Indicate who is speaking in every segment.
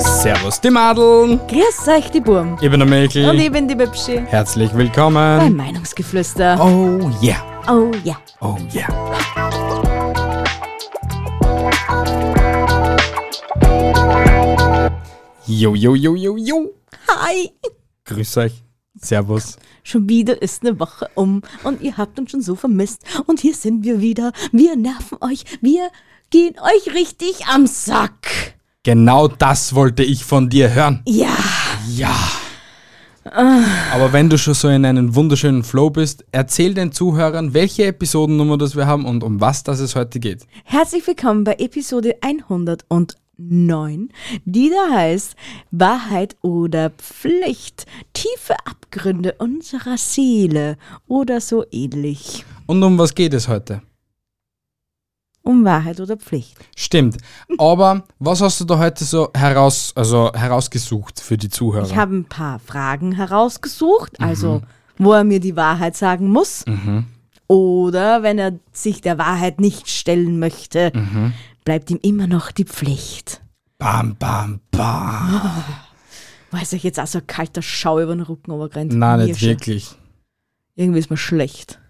Speaker 1: Servus die Madeln,
Speaker 2: Grüß euch, die Burm.
Speaker 1: ich bin der Mäkel.
Speaker 2: Und ich bin die Bibschi.
Speaker 1: Herzlich
Speaker 2: Bei
Speaker 1: willkommen.
Speaker 2: Meinungsgeflüster.
Speaker 1: Oh yeah,
Speaker 2: Oh ja.
Speaker 1: oh yeah. Jo, jo, jo, jo, jo.
Speaker 2: Hi.
Speaker 1: Grüß euch. Servus.
Speaker 2: Schon wieder ist eine Woche um und ihr habt uns schon so vermisst. Und hier sind wir wieder. Wir nerven euch. Wir gehen euch richtig am Sack.
Speaker 1: Genau das wollte ich von dir hören.
Speaker 2: Ja.
Speaker 1: Ja. Aber wenn du schon so in einen wunderschönen Flow bist, erzähl den Zuhörern, welche Episodennummer das wir haben und um was das es heute geht.
Speaker 2: Herzlich willkommen bei Episode 109, die da heißt Wahrheit oder Pflicht. Tiefe Abgründe unserer Seele oder so ähnlich.
Speaker 1: Und um was geht es heute?
Speaker 2: Um Wahrheit oder Pflicht.
Speaker 1: Stimmt. Aber was hast du da heute so heraus, also herausgesucht für die Zuhörer?
Speaker 2: Ich habe ein paar Fragen herausgesucht,
Speaker 1: Mhm.
Speaker 2: also wo er mir die Wahrheit sagen muss oder wenn er sich der Wahrheit nicht stellen möchte,
Speaker 1: Mhm.
Speaker 2: bleibt ihm immer noch die Pflicht.
Speaker 1: bam, bam, bam.
Speaker 2: Weiß ich jetzt also kalter Schau über den Rücken runterrennt.
Speaker 1: Nein,
Speaker 2: Mir
Speaker 1: nicht
Speaker 2: schon.
Speaker 1: wirklich.
Speaker 2: Irgendwie ist mir schlecht.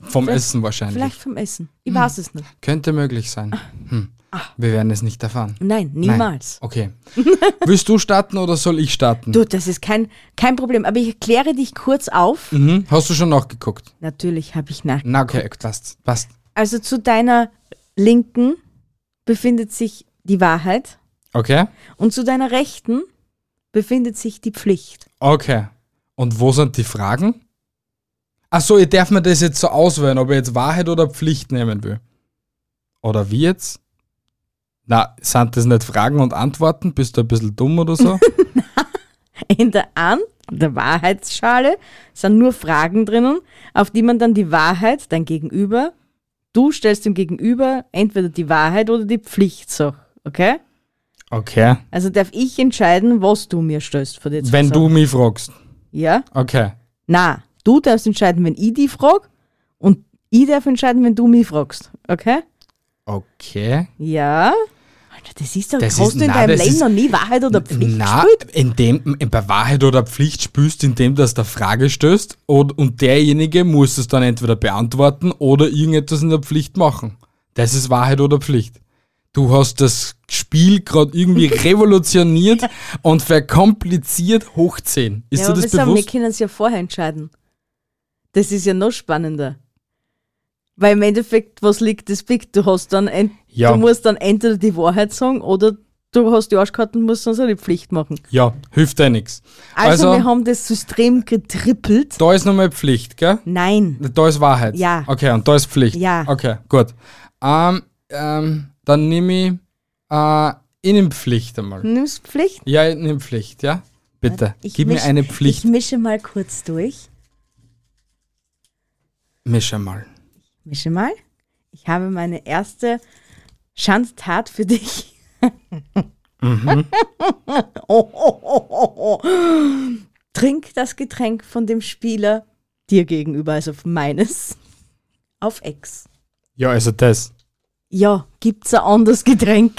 Speaker 1: Vom Essen wahrscheinlich.
Speaker 2: Vielleicht vom Essen.
Speaker 1: Mhm.
Speaker 2: Ich weiß es nicht.
Speaker 1: Könnte möglich sein. Hm. Wir werden es nicht erfahren.
Speaker 2: Nein, Ah. niemals.
Speaker 1: Nein. Okay. Willst du starten oder soll ich starten?
Speaker 2: Du, das ist kein, kein Problem. Aber ich erkläre dich kurz auf.
Speaker 1: Mhm. Hast du schon nachgeguckt?
Speaker 2: Natürlich habe ich nach.
Speaker 1: Na okay, passt. passt.
Speaker 2: Also zu deiner Linken befindet sich die Wahrheit.
Speaker 1: Okay?
Speaker 2: Und zu deiner Rechten befindet sich die Pflicht.
Speaker 1: Okay. Und wo sind die Fragen? Achso, ich darf mir das jetzt so auswählen, ob ich jetzt Wahrheit oder Pflicht nehmen will. Oder wie jetzt? Na, sind das nicht Fragen und Antworten? Bist du ein bisschen dumm oder so?
Speaker 2: In der An, der Wahrheitsschale, sind nur Fragen drinnen, auf die man dann die Wahrheit, dein Gegenüber, du stellst dem Gegenüber entweder die Wahrheit oder die Pflicht so, okay?
Speaker 1: Okay.
Speaker 2: Also darf ich entscheiden, was du mir stellst für die zwei
Speaker 1: Wenn du
Speaker 2: Sachen.
Speaker 1: mich fragst.
Speaker 2: Ja?
Speaker 1: Okay.
Speaker 2: Na, du darfst entscheiden, wenn ich die frage und ich darf entscheiden, wenn du mich fragst, okay?
Speaker 1: Okay.
Speaker 2: Ja? Alter, das ist doch,
Speaker 1: Das
Speaker 2: hast
Speaker 1: ist-
Speaker 2: du in
Speaker 1: na,
Speaker 2: deinem
Speaker 1: das
Speaker 2: Leben
Speaker 1: ist-
Speaker 2: noch nie Wahrheit oder Pflicht
Speaker 1: Na,
Speaker 2: gespielt?
Speaker 1: indem, bei Wahrheit oder Pflicht spürst, indem du der Frage stößt und, und derjenige muss es dann entweder beantworten oder irgendetwas in der Pflicht machen. Das ist Wahrheit oder Pflicht. Du hast das Spiel gerade irgendwie revolutioniert und verkompliziert hoch 10. Ist
Speaker 2: ja,
Speaker 1: dir
Speaker 2: aber
Speaker 1: das
Speaker 2: wir sagen, wir
Speaker 1: bewusst?
Speaker 2: können es ja vorher entscheiden. Das ist ja noch spannender. Weil im Endeffekt, was liegt, das liegt. Du hast dann ent
Speaker 1: Ja.
Speaker 2: du musst dann entweder die Wahrheit sagen oder du hast die Arschkarten und musst sonst auch die Pflicht machen.
Speaker 1: Ja, hilft dir nichts.
Speaker 2: Also,
Speaker 1: Also,
Speaker 2: wir haben das System getrippelt.
Speaker 1: da ist nochmal Pflicht, gell?
Speaker 2: Nein.
Speaker 1: Da ist Wahrheit.
Speaker 2: Ja.
Speaker 1: Okay, und da ist Pflicht.
Speaker 2: Ja.
Speaker 1: Okay, gut. Ähm, ähm, dann nehme ich äh, Innenpflicht einmal.
Speaker 2: Du nimmst Pflicht.
Speaker 1: Ja, ich nehme Pflicht, ja? Bitte,
Speaker 2: Hm. Ich
Speaker 1: gib mir
Speaker 2: misch-
Speaker 1: eine Pflicht.
Speaker 2: Ich mische mal kurz durch.
Speaker 1: Misch einmal.
Speaker 2: Mische mal. Ich habe meine erste Schandtat für dich. oh, oh, oh, oh, oh. Trink das Getränk von dem Spieler dir gegenüber, also von meines, auf Ex.
Speaker 1: Ja, also das.
Speaker 2: Ja, gibt's ein anderes Getränk?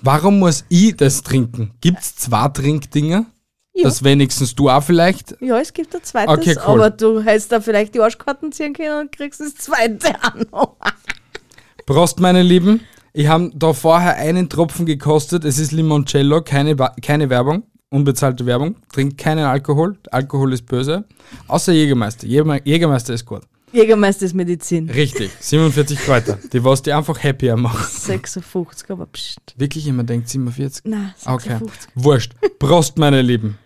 Speaker 1: Warum muss ich das trinken? Gibt's zwei Trinkdinger?
Speaker 2: Ja.
Speaker 1: Das wenigstens du auch vielleicht?
Speaker 2: Ja, es gibt ein zweites,
Speaker 1: Okay, cool.
Speaker 2: aber du hättest da vielleicht die Arschkarten ziehen können und kriegst das zweite an.
Speaker 1: Prost, meine Lieben. Ich habe da vorher einen Tropfen gekostet. Es ist Limoncello, keine, Wa- keine Werbung, unbezahlte Werbung. Trinkt keinen Alkohol. Alkohol ist böse. Außer Jägermeister. Jägerme- Jägermeister ist gut.
Speaker 2: Jägermeister ist Medizin.
Speaker 1: Richtig, 47 Kräuter. Die was die einfach happier machen.
Speaker 2: 56, aber pst.
Speaker 1: Wirklich immer denkt 47.
Speaker 2: Na,
Speaker 1: Okay.
Speaker 2: 56.
Speaker 1: Wurscht. Prost, meine Lieben.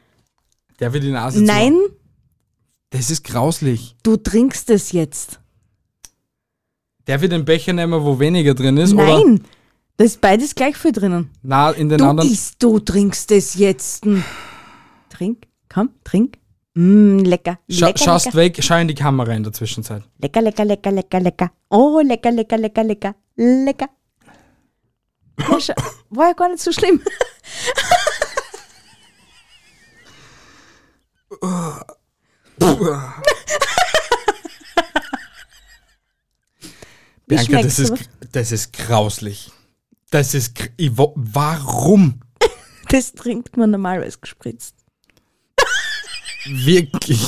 Speaker 1: Der wird die Nase zumachen.
Speaker 2: Nein,
Speaker 1: Das ist grauslich.
Speaker 2: du trinkst es jetzt.
Speaker 1: Der wird den Becher nehmen, wo weniger drin ist, oder?
Speaker 2: Nein, da ist beides gleich viel drinnen.
Speaker 1: Na, in den
Speaker 2: Du
Speaker 1: anderen.
Speaker 2: isst, du trinkst es jetzt. Hm. trink, komm, trink. Mm, lecker.
Speaker 1: Scha
Speaker 2: lecker,
Speaker 1: schaust
Speaker 2: lecker.
Speaker 1: weg, schau in die Kamera in der Zwischenzeit.
Speaker 2: lecker, lecker, lecker, lecker, lecker. Oh, lecker, lecker, lecker, lecker, lecker. Na, scha- War ja gar nicht so schlimm. Wie
Speaker 1: Bianca,
Speaker 2: schmeckt's
Speaker 1: das ist,
Speaker 2: sowas?
Speaker 1: das ist grauslich. Das ist. gr- Ich, wa- warum?
Speaker 2: Das trinkt man normalerweise gespritzt.
Speaker 1: Wirklich.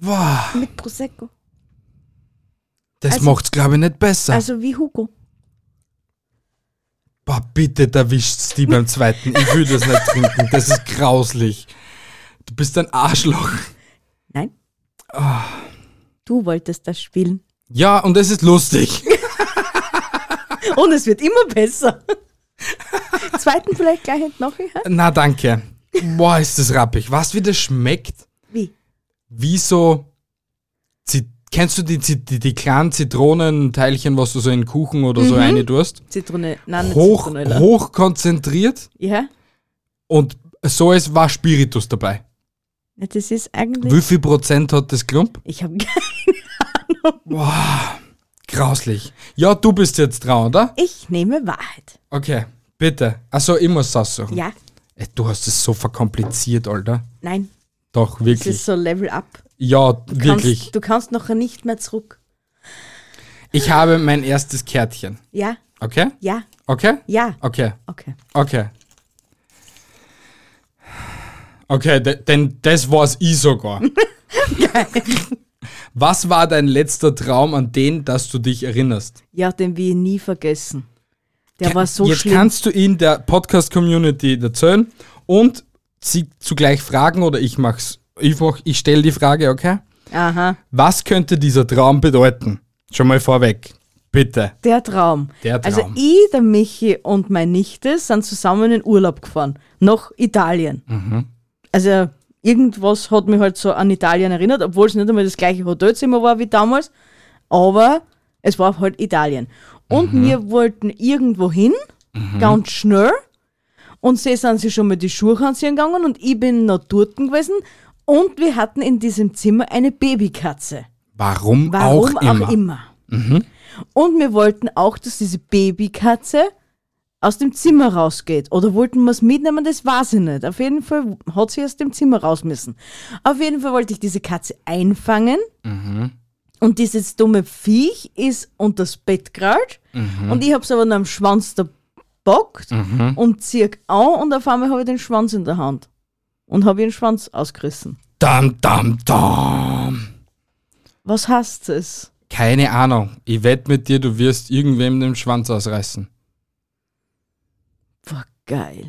Speaker 1: Wow,
Speaker 2: Mit Prosecco.
Speaker 1: das
Speaker 2: Also-
Speaker 1: macht's, glaube ich, nicht besser.
Speaker 2: Also wie Hugo.
Speaker 1: Boah, bitte, da wischt's die beim zweiten. Ich will das nicht trinken. Das ist grauslich. Du bist ein Arschloch.
Speaker 2: Nein.
Speaker 1: Ah.
Speaker 2: Du wolltest das spielen.
Speaker 1: Ja, und es ist lustig.
Speaker 2: Und es wird immer besser. Zweiten vielleicht gleich hinten noch. ja?
Speaker 1: Na, danke. Boah, ist das rappig. Was, wie das schmeckt?
Speaker 2: Wie?
Speaker 1: Wie so. Zi- Kennst du die, Zi- die, die kleinen Zitronenteilchen, was du so in Kuchen oder so eine tust?
Speaker 2: Zitrone. Nein, nicht
Speaker 1: Hoch,
Speaker 2: Mhm. Zitronella.
Speaker 1: hochkonzentriert
Speaker 2: Ja.
Speaker 1: und so ist, war Spiritus dabei.
Speaker 2: Ja, Das ist eigentlich.
Speaker 1: Wie viel Prozent hat das Klump?
Speaker 2: Ich habe
Speaker 1: Grauslich. Ja, du bist jetzt dran, oder?
Speaker 2: Ich nehme Wahrheit.
Speaker 1: Okay, bitte. Achso, ich muss aussuchen.
Speaker 2: Ja.
Speaker 1: Ey, du hast es so verkompliziert, Alter.
Speaker 2: Nein.
Speaker 1: Doch,
Speaker 2: Das ist
Speaker 1: wirklich.
Speaker 2: so Level Up.
Speaker 1: Ja,
Speaker 2: Kannst,
Speaker 1: wirklich.
Speaker 2: Du kannst nachher nicht mehr zurück.
Speaker 1: Ich habe mein erstes Kärtchen.
Speaker 2: Ja.
Speaker 1: Okay?
Speaker 2: Ja.
Speaker 1: Okay?
Speaker 2: Ja.
Speaker 1: Okay.
Speaker 2: Okay.
Speaker 1: Okay. Okay, de- denn das war's ich sogar. Was war dein letzter Traum, an den, dass du dich erinnerst?
Speaker 2: Ja, den will ich nie vergessen. Der war so
Speaker 1: Jetzt
Speaker 2: schlimm.
Speaker 1: kannst du ihn der Podcast-Community erzählen und sie zugleich fragen, oder ich mach's. Ich, mach, ich stelle die Frage, okay?
Speaker 2: Aha.
Speaker 1: Was könnte dieser Traum bedeuten? Schon mal vorweg. Bitte.
Speaker 2: Der Traum.
Speaker 1: Der Traum.
Speaker 2: Also ich, der Michi und meine Nichte sind zusammen in Urlaub gefahren. Nach Italien.
Speaker 1: Mhm.
Speaker 2: Also irgendwas hat mich halt so an Italien erinnert, obwohl es nicht einmal das gleiche Hotelzimmer war wie damals. Aber es war halt Italien. Und
Speaker 1: Mhm.
Speaker 2: wir wollten irgendwo hin, ganz schnell. Und sie sind sich schon mal die Schuhe anziehen gegangen und ich bin noch dort gewesen. Und wir hatten in diesem Zimmer eine Babykatze.
Speaker 1: Warum,
Speaker 2: Warum
Speaker 1: auch immer? Mhm.
Speaker 2: Und wir wollten auch, dass diese Babykatze aus dem Zimmer rausgeht. Oder wollten wir es mitnehmen, das weiß ich nicht. Auf jeden Fall hat sie aus dem Zimmer raus müssen. Auf jeden Fall wollte ich diese Katze einfangen.
Speaker 1: Mhm.
Speaker 2: Und dieses dumme Viech ist unter das Bett gerollt.
Speaker 1: Mhm.
Speaker 2: Und ich habe es aber noch am Schwanz da bockt und zirk an und auf einmal habe ich den Schwanz in der Hand. Und habe ihren Schwanz ausgerissen.
Speaker 1: Dam, dam, dam.
Speaker 2: Was heißt es?
Speaker 1: Keine Ahnung. Ich wette mit dir, du wirst irgendwem den Schwanz ausreißen.
Speaker 2: War geil.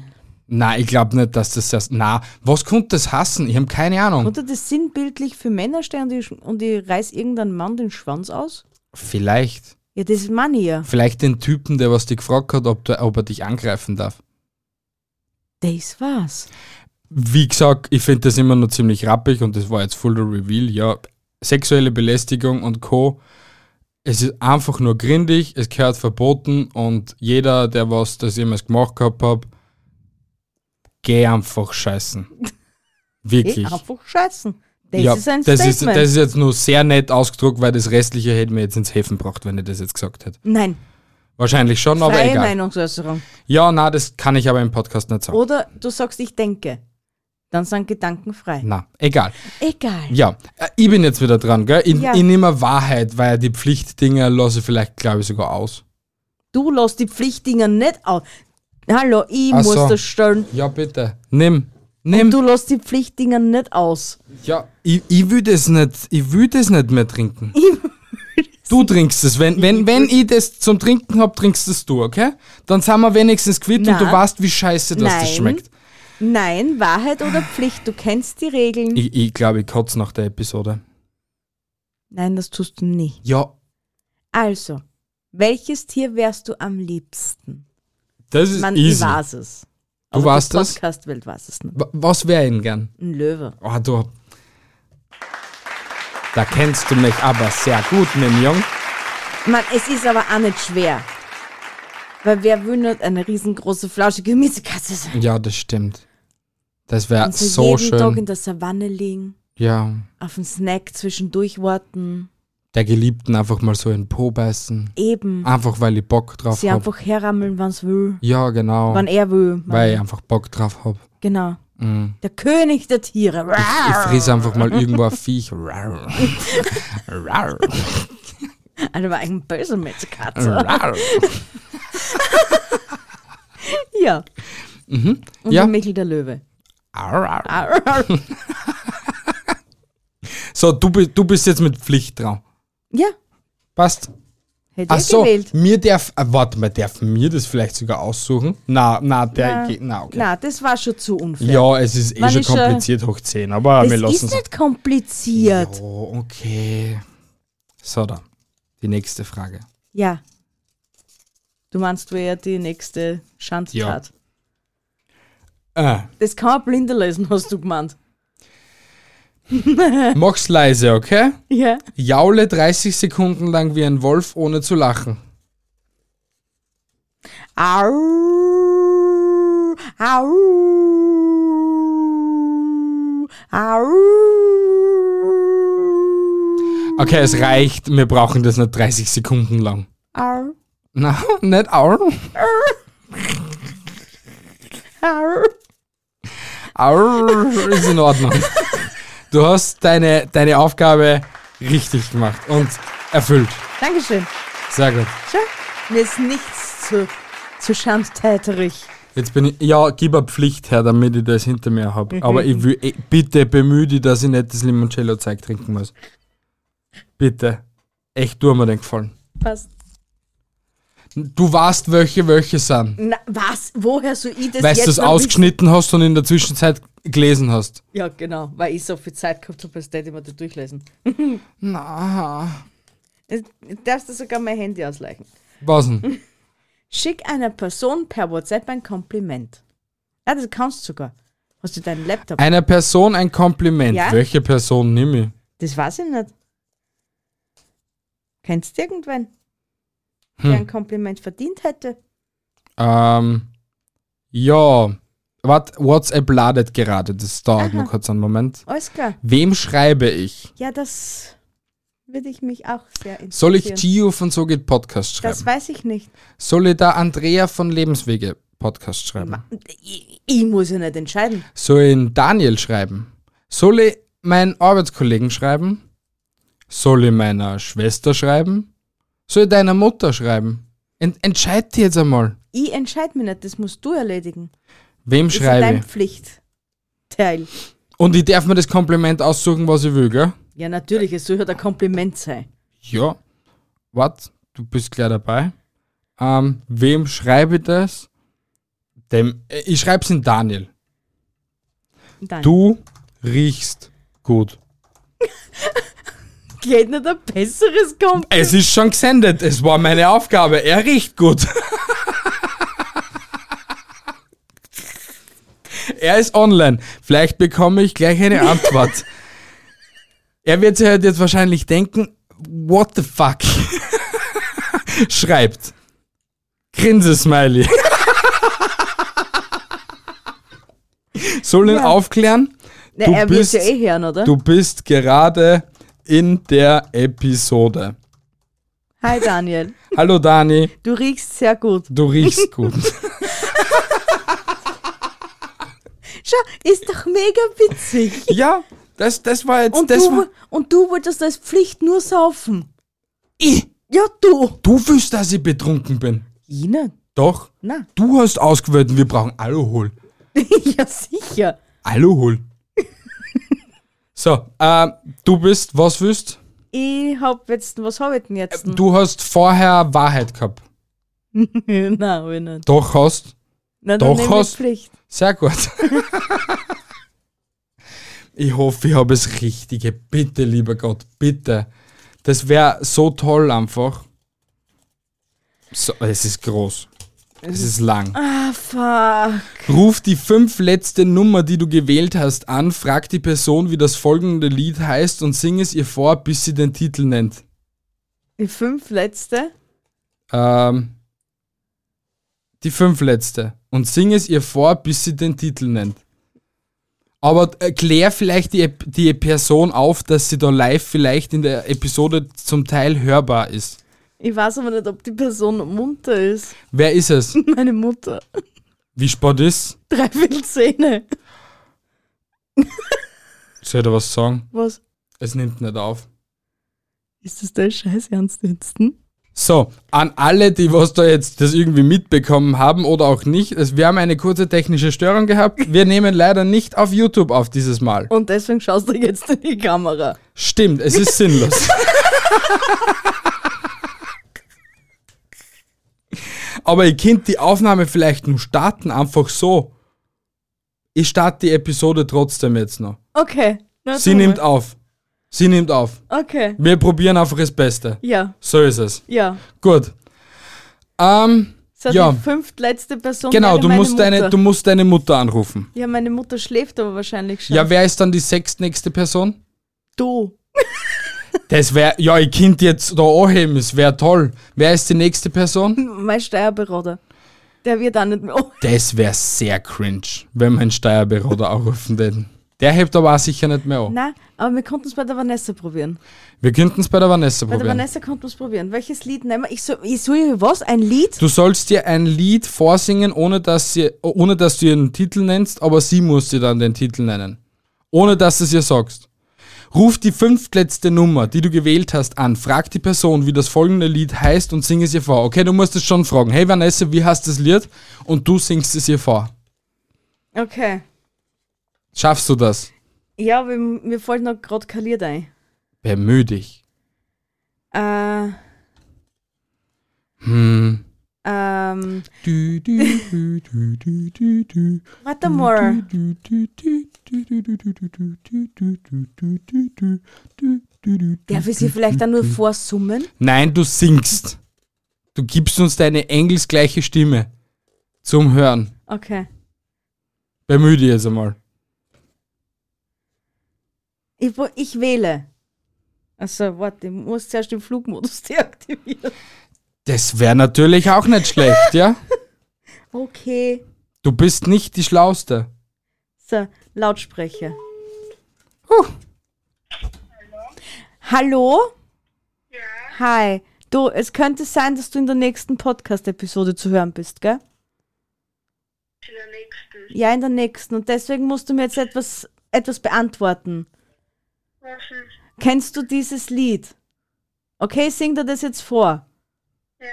Speaker 1: Na, ich glaube nicht, dass das das. Na, was könnte das hassen? Ich habe keine Ahnung.
Speaker 2: Oder das sinnbildlich für Männer stehen und ich, und ich reiß irgendeinen Mann den Schwanz aus?
Speaker 1: Vielleicht.
Speaker 2: Ja, das ist Mann ja.
Speaker 1: Vielleicht den Typen, der was dich gefragt hat, ob, der, ob er dich angreifen darf.
Speaker 2: Das war's.
Speaker 1: Wie gesagt, ich finde das immer noch ziemlich rappig und das war jetzt full the reveal. Ja, sexuelle Belästigung und Co. Es ist einfach nur grindig, es gehört verboten und jeder, der was das jemals gemacht gehabt hat, geh einfach scheißen.
Speaker 2: Eh,
Speaker 1: Wirklich.
Speaker 2: einfach scheißen. Das
Speaker 1: ja,
Speaker 2: ist ein
Speaker 1: das, ist,
Speaker 2: Statement.
Speaker 1: das ist jetzt nur sehr nett ausgedruckt, weil das Restliche hätte mir jetzt ins Häfen gebracht, wenn ich das jetzt gesagt hätte.
Speaker 2: Nein,
Speaker 1: Wahrscheinlich schon, aber
Speaker 2: freie
Speaker 1: egal.
Speaker 2: Meinungsäußerung.
Speaker 1: Ja, na, das kann ich aber im Podcast nicht sagen.
Speaker 2: Oder du sagst, ich denke. Dann sind Gedanken frei.
Speaker 1: Na, egal.
Speaker 2: Egal.
Speaker 1: Ja, äh, ich bin jetzt wieder dran, gell? Ich,
Speaker 2: Ja.
Speaker 1: ich nehme Wahrheit, weil die Pflichtdinger lasse ich vielleicht, glaube ich, sogar aus.
Speaker 2: Du lass die Pflichtdinger nicht aus. Hallo, ich
Speaker 1: Ach
Speaker 2: muss
Speaker 1: so.
Speaker 2: das stellen.
Speaker 1: Ja, bitte. Nimm. Nimm.
Speaker 2: Du lass die Pflichtdinger nicht aus.
Speaker 1: Ja, ich, ich will das nicht, ich will das nicht mehr trinken. Du trinkst es. Wenn, wenn, wenn ich das zum Trinken hab, trinkst es du, okay? Dann sind wir wenigstens quitt und
Speaker 2: Na.
Speaker 1: du weißt, wie scheiße das,
Speaker 2: Nein.
Speaker 1: das schmeckt.
Speaker 2: Nein, Wahrheit oder Pflicht, du kennst die Regeln.
Speaker 1: Ich, ich glaube, ich kotze nach der Episode.
Speaker 2: Nein, das tust du nicht.
Speaker 1: Ja,
Speaker 2: Also, welches Tier wärst du am liebsten?
Speaker 1: das ist
Speaker 2: Man, ich
Speaker 1: easy.
Speaker 2: weiß es.
Speaker 1: Du
Speaker 2: Aber
Speaker 1: warst
Speaker 2: die
Speaker 1: das?
Speaker 2: Podcast-Welt weiß es nicht.
Speaker 1: Wa- Was wäre ihn gern?
Speaker 2: Ein Löwe.
Speaker 1: Oh, du. Da kennst du mich aber sehr gut, mein Jung.
Speaker 2: Man, es ist aber auch nicht schwer. Weil wer will nur eine riesengroße, flauschige Miezekatze sein?
Speaker 1: Ja, das stimmt. Das wäre
Speaker 2: Und
Speaker 1: Ah, so
Speaker 2: jeden Tag in
Speaker 1: schön.
Speaker 2: der Savanne liegen,
Speaker 1: Ja,
Speaker 2: auf einen Snack zwischendurch warten.
Speaker 1: der Geliebten einfach mal so in den Po beißen.
Speaker 2: Eben.
Speaker 1: Einfach, weil ich Bock drauf
Speaker 2: Sie
Speaker 1: hab.
Speaker 2: einfach herrammeln, wann es will.
Speaker 1: Ja, genau.
Speaker 2: Wann er will.
Speaker 1: Weil ich einfach Bock drauf hab.
Speaker 2: Genau.
Speaker 1: Mhm.
Speaker 2: Der König der Tiere.
Speaker 1: Ich friss einfach mal irgendwo ein Viech. Rar. Rar.
Speaker 2: Eine war ein böser Metzekatze.
Speaker 1: Rar.
Speaker 2: Ja. Und
Speaker 1: Ja.
Speaker 2: der Michel der Löwe.
Speaker 1: Ar, ar.
Speaker 2: Arr, arr.
Speaker 1: So, du, bi- du bist jetzt mit Pflicht dran.
Speaker 2: Ja,
Speaker 1: Passt.
Speaker 2: hätte
Speaker 1: Ach
Speaker 2: ich
Speaker 1: so,
Speaker 2: gewählt.
Speaker 1: mir darf, äh, warte mal, darf mir das vielleicht sogar aussuchen? Na, na, der,
Speaker 2: Na.
Speaker 1: geht, na, okay.
Speaker 2: Na, das war schon zu unfair.
Speaker 1: Ja, es ist eh
Speaker 2: Wann
Speaker 1: schon
Speaker 2: ist, äh,
Speaker 1: kompliziert hoch 10, aber
Speaker 2: Das
Speaker 1: wir lassen
Speaker 2: ist
Speaker 1: es.
Speaker 2: nicht kompliziert.
Speaker 1: Oh, okay. So, dann. Die nächste Frage.
Speaker 2: Ja. Du meinst, wer die nächste Schandtat?
Speaker 1: Äh,
Speaker 2: Das kann man blinder lesen, hast du gemeint.
Speaker 1: mach's leise, okay?
Speaker 2: Ja.
Speaker 1: Jaule 30 Sekunden lang wie ein Wolf, ohne zu lachen.
Speaker 2: Au, au, au,
Speaker 1: Okay, es reicht, wir brauchen das nicht 30 Sekunden lang.
Speaker 2: au,
Speaker 1: Na, nicht au.
Speaker 2: au.
Speaker 1: Arr, ist in Ordnung. Du hast deine, deine Aufgabe richtig gemacht und erfüllt.
Speaker 2: Dankeschön.
Speaker 1: Sehr gut.
Speaker 2: Schau, mir ist nichts zu, zu schandtäterig.
Speaker 1: Jetzt bin ich, ja, gib eine Pflicht her, damit ich das hinter mir habe.
Speaker 2: Mhm.
Speaker 1: Aber ich will, eh- bitte bemühe dich, dass ich nicht das Limoncello-Zeug trinken muss. Bitte. Echt, tu mir den Gefallen.
Speaker 2: Was?
Speaker 1: Du weißt, welche welche sind.
Speaker 2: Na, was? Woher soll ich das
Speaker 1: Weißt du,
Speaker 2: jetzt
Speaker 1: es
Speaker 2: noch wissen?
Speaker 1: ausgeschnitten hast und in der Zwischenzeit gelesen hast.
Speaker 2: Ja, genau, weil ich so viel Zeit gehabt habe, als hätte ich mir das durchlesen.
Speaker 1: Na,
Speaker 2: Jetzt darfst du sogar mein Handy ausleichen.
Speaker 1: was
Speaker 2: Mhm.
Speaker 1: denn?
Speaker 2: Schick einer Person per WhatsApp ein Kompliment. Ja, das kannst du sogar. Hast du deinen Laptop?
Speaker 1: Einer Person ein Kompliment.
Speaker 2: Ja?
Speaker 1: Welche Person nimm ich?
Speaker 2: Das weiß ich nicht. Kennst du irgendwen,
Speaker 1: Hm.
Speaker 2: der ein Kompliment verdient hätte?
Speaker 1: Ähm, ja, wat, WhatsApp ladet gerade, das dauert noch kurz einen Moment.
Speaker 2: Alles klar.
Speaker 1: Wem schreibe ich?
Speaker 2: Ja, das würde ich mich auch sehr interessieren.
Speaker 1: Soll ich Gio von So geht Podcast schreiben?
Speaker 2: Das weiß ich nicht.
Speaker 1: Soll ich da Andrea von Lebenswege Podcast schreiben?
Speaker 2: Ich, ich muss ja nicht entscheiden.
Speaker 1: Soll ich einen Daniel schreiben? Soll ich meinen Arbeitskollegen schreiben? Soll ich meiner Schwester schreiben? Soll ich deiner Mutter schreiben? Ent entscheid dich jetzt einmal.
Speaker 2: Ich entscheide mich nicht, das musst du erledigen.
Speaker 1: Wem
Speaker 2: Das ist dein
Speaker 1: schreibe ich?
Speaker 2: Pflichtteil.
Speaker 1: Und ich darf mir das Kompliment aussuchen, was ich will, gell?
Speaker 2: Ja, natürlich, es soll ja ein Kompliment sein.
Speaker 1: Ja, was? Du bist gleich dabei. Ähm, wem schreibe ich das? Dem, äh, ich schreibe es in Daniel.
Speaker 2: Nein.
Speaker 1: Du riechst gut.
Speaker 2: Geht nicht ein besseres Kompliment.
Speaker 1: Es ist schon gesendet. Es war meine Aufgabe. Er riecht gut. er ist online. Vielleicht bekomme ich gleich eine Antwort. er wird sich halt jetzt wahrscheinlich denken, what the fuck? Schreibt. Grinse-Smiley. Soll ihn
Speaker 2: Ja.
Speaker 1: aufklären?
Speaker 2: Na,
Speaker 1: Du
Speaker 2: er wird
Speaker 1: bist-
Speaker 2: ja eh hören, oder?
Speaker 1: Du bist gerade in der Episode.
Speaker 2: Hi Daniel,
Speaker 1: Hallo Dani.
Speaker 2: du riechst sehr gut.
Speaker 1: Du riechst gut.
Speaker 2: Schau, ist doch mega witzig.
Speaker 1: ja, das, das war jetzt.
Speaker 2: Und,
Speaker 1: das
Speaker 2: du,
Speaker 1: war,
Speaker 2: und du wolltest als Pflicht nur saufen. Ich? Ja, du.
Speaker 1: du willst, dass ich betrunken bin.
Speaker 2: Ich nicht.
Speaker 1: Doch.
Speaker 2: Nein.
Speaker 1: Du hast ausgewählt, wir brauchen Alkohol.
Speaker 2: ja, sicher.
Speaker 1: Alkohol. so, äh, du bist, was willst?
Speaker 2: Ich hab jetzt, was hab ich denn jetzt?
Speaker 1: Du hast vorher Wahrheit gehabt.
Speaker 2: Nein, hab ich nicht.
Speaker 1: Doch hast.
Speaker 2: Na, dann
Speaker 1: Doch
Speaker 2: nehm ich
Speaker 1: hast-
Speaker 2: Pflicht.
Speaker 1: Sehr gut. ich hoffe, ich habe es Richtige. Bitte, lieber Gott, bitte. Das wäre so toll einfach. So, es ist groß. Es ist lang.
Speaker 2: Ah, fuck.
Speaker 1: Ruf die fünf letzte Nummer, die du gewählt hast, an, frag die Person, wie das folgende Lied heißt und sing es ihr vor, bis sie den Titel nennt.
Speaker 2: Die fünf letzte?
Speaker 1: Ähm, die fünf letzte und sing es ihr vor, bis sie den Titel nennt. Aber klär vielleicht die, Ep- die Person auf, dass sie da live vielleicht in der Episode zum Teil hörbar ist.
Speaker 2: Ich weiß aber nicht, ob die Person munter ist.
Speaker 1: Wer ist es?
Speaker 2: Meine Mutter.
Speaker 1: Wie spät ist?
Speaker 2: Dreiviertel Zähne.
Speaker 1: Soll er was sagen?
Speaker 2: Was?
Speaker 1: Es nimmt nicht auf.
Speaker 2: Ist das der Scheiß ernst jetzt? hm?
Speaker 1: So, an alle, die was da jetzt das irgendwie mitbekommen haben oder auch nicht, es, wir haben eine kurze technische Störung gehabt. Wir nehmen leider nicht auf YouTube auf dieses Mal.
Speaker 2: Und deswegen schaust du jetzt in die Kamera.
Speaker 1: Stimmt, es ist sinnlos. Aber ihr könnt die Aufnahme vielleicht nur starten, einfach so. Ich starte die Episode trotzdem jetzt noch.
Speaker 2: Okay. Na,
Speaker 1: Sie
Speaker 2: tu mal.
Speaker 1: nimmt auf. Sie nimmt auf.
Speaker 2: Okay.
Speaker 1: Wir probieren einfach das Beste.
Speaker 2: Ja,
Speaker 1: So ist es.
Speaker 2: ja.
Speaker 1: Gut. Ähm,
Speaker 2: Das hat
Speaker 1: Ja.
Speaker 2: die fünftletzte Person.
Speaker 1: genau,
Speaker 2: wäre
Speaker 1: du
Speaker 2: meine
Speaker 1: musst,
Speaker 2: Mutter.
Speaker 1: deine, du musst deine Mutter anrufen.
Speaker 2: ja, meine Mutter schläft aber wahrscheinlich schon.
Speaker 1: Ja, wer ist dann die sechstnächste Person?
Speaker 2: du.
Speaker 1: Das wäre, ja, ihr könnt jetzt da anheben, es wäre toll. Wer ist die nächste Person?
Speaker 2: Mein Steuerberater. Der wird auch nicht mehr. Oh,
Speaker 1: Das wäre sehr cringe, wenn mein Steuerberater anrufen würde. Der hebt aber auch sicher nicht mehr an.
Speaker 2: nein, aber wir konnten es bei der Vanessa probieren.
Speaker 1: Wir könnten es bei der Vanessa
Speaker 2: Bei der
Speaker 1: probieren.
Speaker 2: Vanessa konnten wir es probieren. Welches Lied nehmen wir? Ich soll, ich soll ihr was? Ein Lied?
Speaker 1: Du sollst dir ein Lied vorsingen, ohne dass, sie, ohne dass du ihren Titel nennst, aber sie muss dir dann den Titel nennen. Ohne dass du es ihr sagst. Ruf die fünftletzte Nummer, die du gewählt hast, an. Frag die Person, wie das folgende Lied heißt und sing es ihr vor. Okay, du musst es schon fragen. Hey Vanessa, wie heißt das Lied? Und du singst es ihr vor.
Speaker 2: Okay.
Speaker 1: Schaffst du das?
Speaker 2: Ja, aber mir fällt noch gerade kein Lied ein.
Speaker 1: Bemühe dich.
Speaker 2: Äh,
Speaker 1: Hm.
Speaker 2: ähm,
Speaker 1: Du, du, du, du, du, du, du.
Speaker 2: warte mal.
Speaker 1: Du, du, du, du, du, du, du, du, du, du, du, du, du, du, du, du, du, du.
Speaker 2: Darf ich sie vielleicht dann nur vorsummen?
Speaker 1: Nein, du singst. Du gibst uns deine engelsgleiche Stimme zum Hören.
Speaker 2: Okay.
Speaker 1: Bemühe dich jetzt einmal.
Speaker 2: Ich, wo- ich wähle. Also, warte, ich muss zuerst den Flugmodus deaktivieren.
Speaker 1: Das wäre natürlich auch nicht schlecht, ja?
Speaker 2: Okay.
Speaker 1: Du bist nicht die Schlauste.
Speaker 2: So, Lautsprecher. Hallo? Ja. Hi. Du, es könnte sein, dass du in der nächsten Podcast-Episode zu hören bist, gell?
Speaker 3: In der nächsten.
Speaker 2: Ja, in der nächsten. Und deswegen musst du mir jetzt etwas, etwas beantworten.
Speaker 3: Was ist?
Speaker 2: Kennst du dieses Lied? Okay, sing dir das jetzt vor.
Speaker 3: Ja.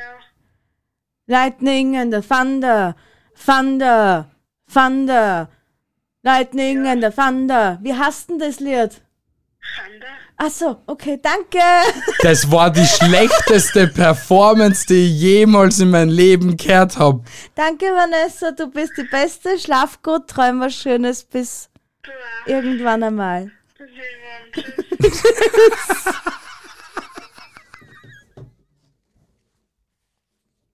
Speaker 2: Lightning and the Thunder, Thunder, Thunder, Lightning and the Thunder. Wie hast denn das Lied?
Speaker 3: Sander?
Speaker 2: Ach so, okay, danke.
Speaker 1: Das war die schlechteste Performance, die ich jemals in meinem Leben gehört habe.
Speaker 2: Danke, Vanessa, du bist die Beste. Schlaf gut, träum was Schönes bis
Speaker 3: Du warst
Speaker 2: irgendwann einmal.
Speaker 3: jemand. Tschüss.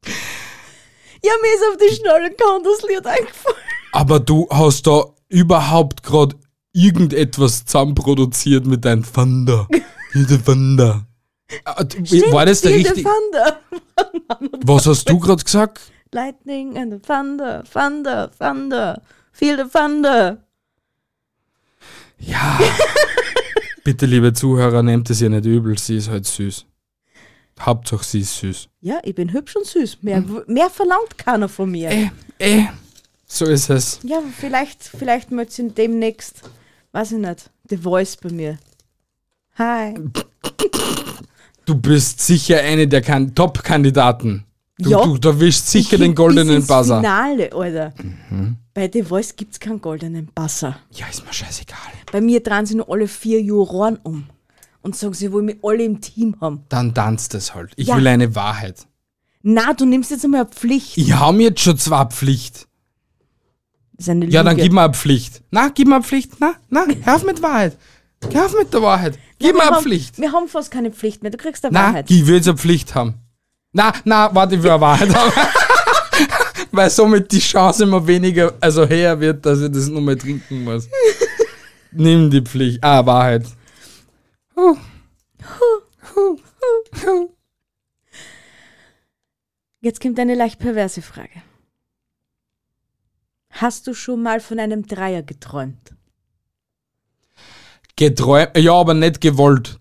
Speaker 2: Ja, mir ist auf die Schnalle gehauen, das Lied eingefallen.
Speaker 1: Aber du hast da überhaupt gerade irgendetwas zusammenproduziert mit deinem Thunder. Mit dem Thunder. Ah, d- War das der
Speaker 2: Lied and
Speaker 1: richtige?
Speaker 2: Thunder.
Speaker 1: Was hast du gerade gesagt?
Speaker 2: Lightning and the Thunder, Thunder, Thunder, Feel the Thunder.
Speaker 1: Ja. Bitte, liebe Zuhörer, nehmt es ihr nicht übel. Sie ist halt süß. Hauptsache, sie ist süß.
Speaker 2: Ja, ich bin hübsch und süß. Mehr,
Speaker 1: Mhm.
Speaker 2: mehr verlangt keiner von mir.
Speaker 1: Äh, äh.
Speaker 2: eh.
Speaker 1: So ist es.
Speaker 2: Ja, vielleicht, vielleicht möchte sie demnächst, weiß ich nicht, The Voice bei mir. Hi.
Speaker 1: Du bist sicher eine der kan Top-Kandidaten. Du,
Speaker 2: Ja. genau.
Speaker 1: du, du wischst sicher
Speaker 2: Ich
Speaker 1: den
Speaker 2: hin bis
Speaker 1: goldenen
Speaker 2: ins
Speaker 1: Buzzer. Mhm.
Speaker 2: Finale, Alter. Bei The Voice gibt's keinen goldenen Buzzer.
Speaker 1: Ja, ist mir scheißegal.
Speaker 2: Bei mir drehen sie nur alle vier Juroren um und sagen, sie wollen mich alle im Team haben.
Speaker 1: Dann tanzt es halt. Ich
Speaker 2: Ja.
Speaker 1: will eine Wahrheit.
Speaker 2: Na, du nimmst jetzt einmal eine Pflicht.
Speaker 1: Ich hab mir jetzt schon zwei Pflicht.
Speaker 2: Das ist eine
Speaker 1: Ja, dann
Speaker 2: Lüge.
Speaker 1: gib mir eine Pflicht. Na, gib mir eine Pflicht. Na, na, hör auf mit Wahrheit. Hör auf mit der Wahrheit. Gib mir
Speaker 2: wir
Speaker 1: eine
Speaker 2: haben,
Speaker 1: Pflicht.
Speaker 2: Wir haben fast keine Pflicht mehr. Du kriegst eine
Speaker 1: Na,
Speaker 2: Wahrheit.
Speaker 1: ich will jetzt eine Pflicht haben. Na, na, warte, ich will eine Wahrheit haben. Weil somit die Chance immer weniger, also höher wird, dass ich das nochmal trinken muss. Nimm die Pflicht. Ah, Wahrheit. Huh. Huh. Huh.
Speaker 2: Jetzt kommt eine leicht perverse Frage. Hast du schon mal von einem Dreier geträumt?
Speaker 1: Geträumt, ja, aber nicht gewollt.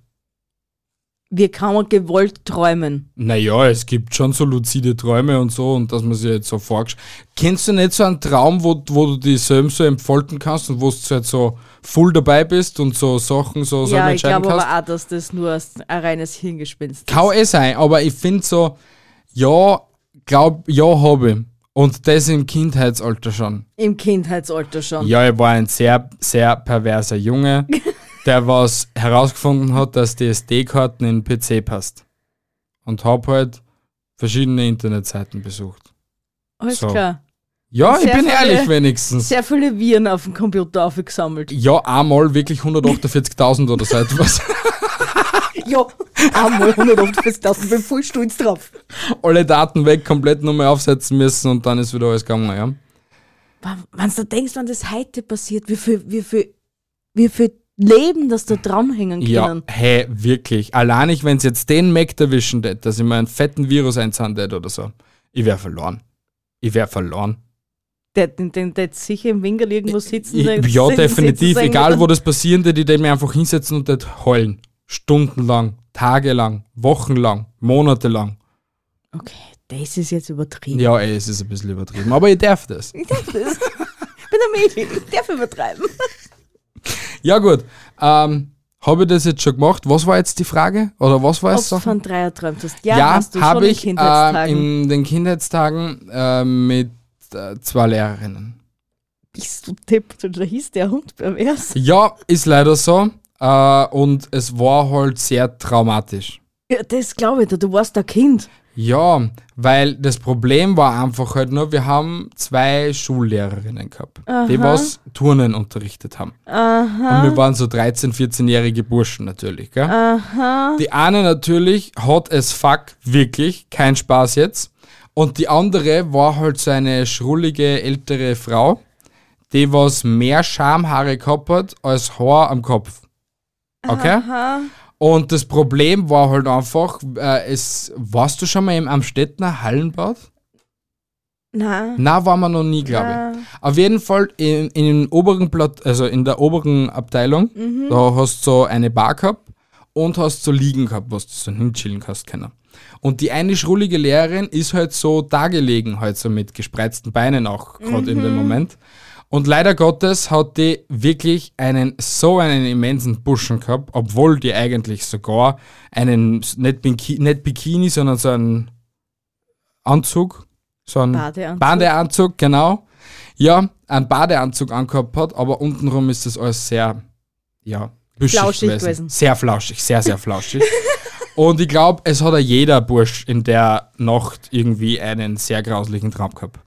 Speaker 2: Wie kann man gewollt träumen?
Speaker 1: Naja, es gibt schon so luzide Träume und so und dass man sich jetzt so vorgestellt. Kennst du nicht so einen Traum, wo, wo du dich selbst so entfalten kannst und wo du halt so voll dabei bist und so Sachen so selber
Speaker 2: ja, ich
Speaker 1: entscheiden
Speaker 2: glaube
Speaker 1: kannst?
Speaker 2: aber auch, dass das nur ein reines Hingespinst ist.
Speaker 1: Kann eh sein, aber ich finde so, ja, glaub, ja, habe ich. Und das im Kindheitsalter schon.
Speaker 2: Im Kindheitsalter schon.
Speaker 1: Ja, ich war ein sehr, sehr perverser Junge, der was herausgefunden hat, dass die SD-Karten in den PC passt. Und hab halt verschiedene Internetseiten besucht.
Speaker 2: Alles
Speaker 1: so.
Speaker 2: klar.
Speaker 1: Ja, ich
Speaker 2: Sehr
Speaker 1: bin
Speaker 2: viele-
Speaker 1: ehrlich wenigstens.
Speaker 2: Sehr viele Viren auf dem Computer aufgesammelt.
Speaker 1: Ja, einmal wirklich 148.000 oder so etwas.
Speaker 2: Ja, einmal 150.000 beim Fullstuhl drauf.
Speaker 1: Alle Daten weg, komplett nochmal aufsetzen müssen und dann ist wieder alles gegangen, ja.
Speaker 2: Wenn du denkst, wenn das heute passiert, wie viel, wie viel, wie viel Leben das da dranhängen
Speaker 1: Ja,
Speaker 2: können.
Speaker 1: hä, wirklich. Allein ich, wenn jetzt den Mac erwischen tät, dass ich mir einen fetten Virus einzahlen tät oder so, ich wär verloren. Ich wär verloren.
Speaker 2: Der, den, den, der jetzt sicher im Winkel irgendwo sitzen.
Speaker 1: Äh, Ich,
Speaker 2: der-
Speaker 1: ja,
Speaker 2: sitzen-
Speaker 1: definitiv.
Speaker 2: sitzen-
Speaker 1: Egal, wo das passieren tät, ich tät mir einfach hinsetzen und tät heulen. Stundenlang, tagelang, wochenlang, monatelang.
Speaker 2: Okay, das ist jetzt übertrieben.
Speaker 1: Ja, ey, es ist ein bisschen übertrieben, aber ich darf das.
Speaker 2: Ich darf das. Ich bin ein Mädchen, ich darf übertreiben.
Speaker 1: Ja, gut. Ähm, habe ich das jetzt schon gemacht? Was war jetzt die Frage? Oder was war
Speaker 2: Ob
Speaker 1: es?
Speaker 2: du
Speaker 1: Sachen?
Speaker 2: von Dreier träumt hast. Ja,
Speaker 1: ja,
Speaker 2: hast du schon
Speaker 1: habe
Speaker 2: in
Speaker 1: ich äh,
Speaker 2: Kindheitstagen.
Speaker 1: in den Kindheitstagen äh, mit äh, zwei Lehrerinnen.
Speaker 2: Bist du tippt und da hieß der Hund pervers.
Speaker 1: Ja, ist leider so. Äh, und es war halt sehr traumatisch.
Speaker 2: Ja, das glaube ich dir, du warst ein Kind.
Speaker 1: Ja, weil das Problem war einfach halt nur, wir haben zwei Schullehrerinnen gehabt, die was Turnen unterrichtet haben. Und wir waren so 13-, 14-jährige Burschen natürlich. Gell? Die eine natürlich hat es fuck, wirklich, kein Spaß jetzt. Und die andere war halt so eine schrullige ältere Frau, die was mehr Schamhaare gehabt hat als Haar am Kopf. Okay? Und das Problem war halt einfach, äh, es, warst du schon mal im Amstettner Hallenbad?
Speaker 2: Nein.
Speaker 1: Na, waren wir noch nie, glaube ich.
Speaker 2: Ah.
Speaker 1: Auf jeden Fall in, in, den oberen Platt, also in der oberen Abteilung, da hast du so eine Bar gehabt und hast so liegen gehabt, was du so hinchillen kannst können. Und die eine schrullige Lehrerin ist halt so dagelegen, halt so mit gespreizten Beinen auch gerade in dem Moment. Und leider Gottes hat die wirklich einen so einen immensen Buschen gehabt, obwohl die eigentlich sogar einen nicht, Biki, nicht Bikini, sondern so einen Anzug, so einen
Speaker 2: Badeanzug.
Speaker 1: Badeanzug, genau. Ja, einen Badeanzug angehabt hat, aber untenrum ist das alles sehr, ja, büschig
Speaker 2: Flauschig
Speaker 1: gewesen.
Speaker 2: gewesen.
Speaker 1: Sehr flauschig, sehr, sehr flauschig. Und ich glaube, es hat ja jeder Bursch in der Nacht irgendwie einen sehr grauslichen Traum gehabt.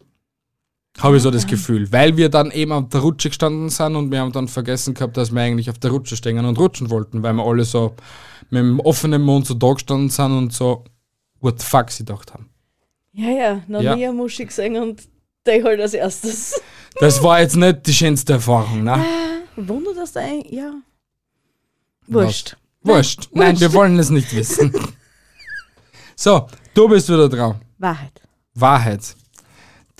Speaker 1: Habe ich so das Gefühl. Weil wir dann eben auf der Rutsche gestanden sind und wir haben dann vergessen gehabt, dass wir eigentlich auf der Rutsche stehen und rutschen wollten, weil wir alle so mit dem offenen Mund so da gestanden sind und so, what the fuck, sie gedacht haben.
Speaker 2: Ja, ja, noch
Speaker 1: Ja.
Speaker 2: nie eine Muschi gesehen und der halt als erstes.
Speaker 1: Das war jetzt nicht die schönste Erfahrung, ne?
Speaker 2: Wunder, dass der ein, ja. Wurscht.
Speaker 1: Wurscht. Nein, wir wollen es nicht wissen. so, du bist wieder dran.
Speaker 2: Wahrheit.
Speaker 1: Wahrheit.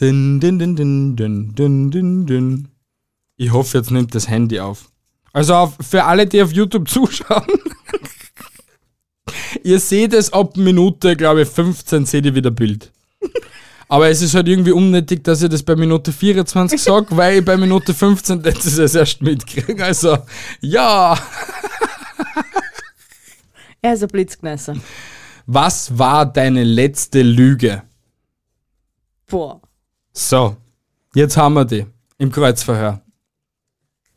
Speaker 1: Dun, dun, dun, dun, dun, dun, dun, dun. Ich hoffe, jetzt nimmt das Handy auf. Also auf, für alle, die auf YouTube zuschauen. ihr seht es ab Minute, glaube ich, 15 seht ihr wieder Bild. Aber es ist halt irgendwie unnötig, dass ihr das bei Minute 24 sagt, weil ich bei Minute 15 letztes es erst mitkriege. Also, ja.
Speaker 2: Er ist ein Blitzkneißer.
Speaker 1: Was war deine letzte Lüge?
Speaker 2: Boah,
Speaker 1: So, jetzt haben wir die im Kreuzverhör.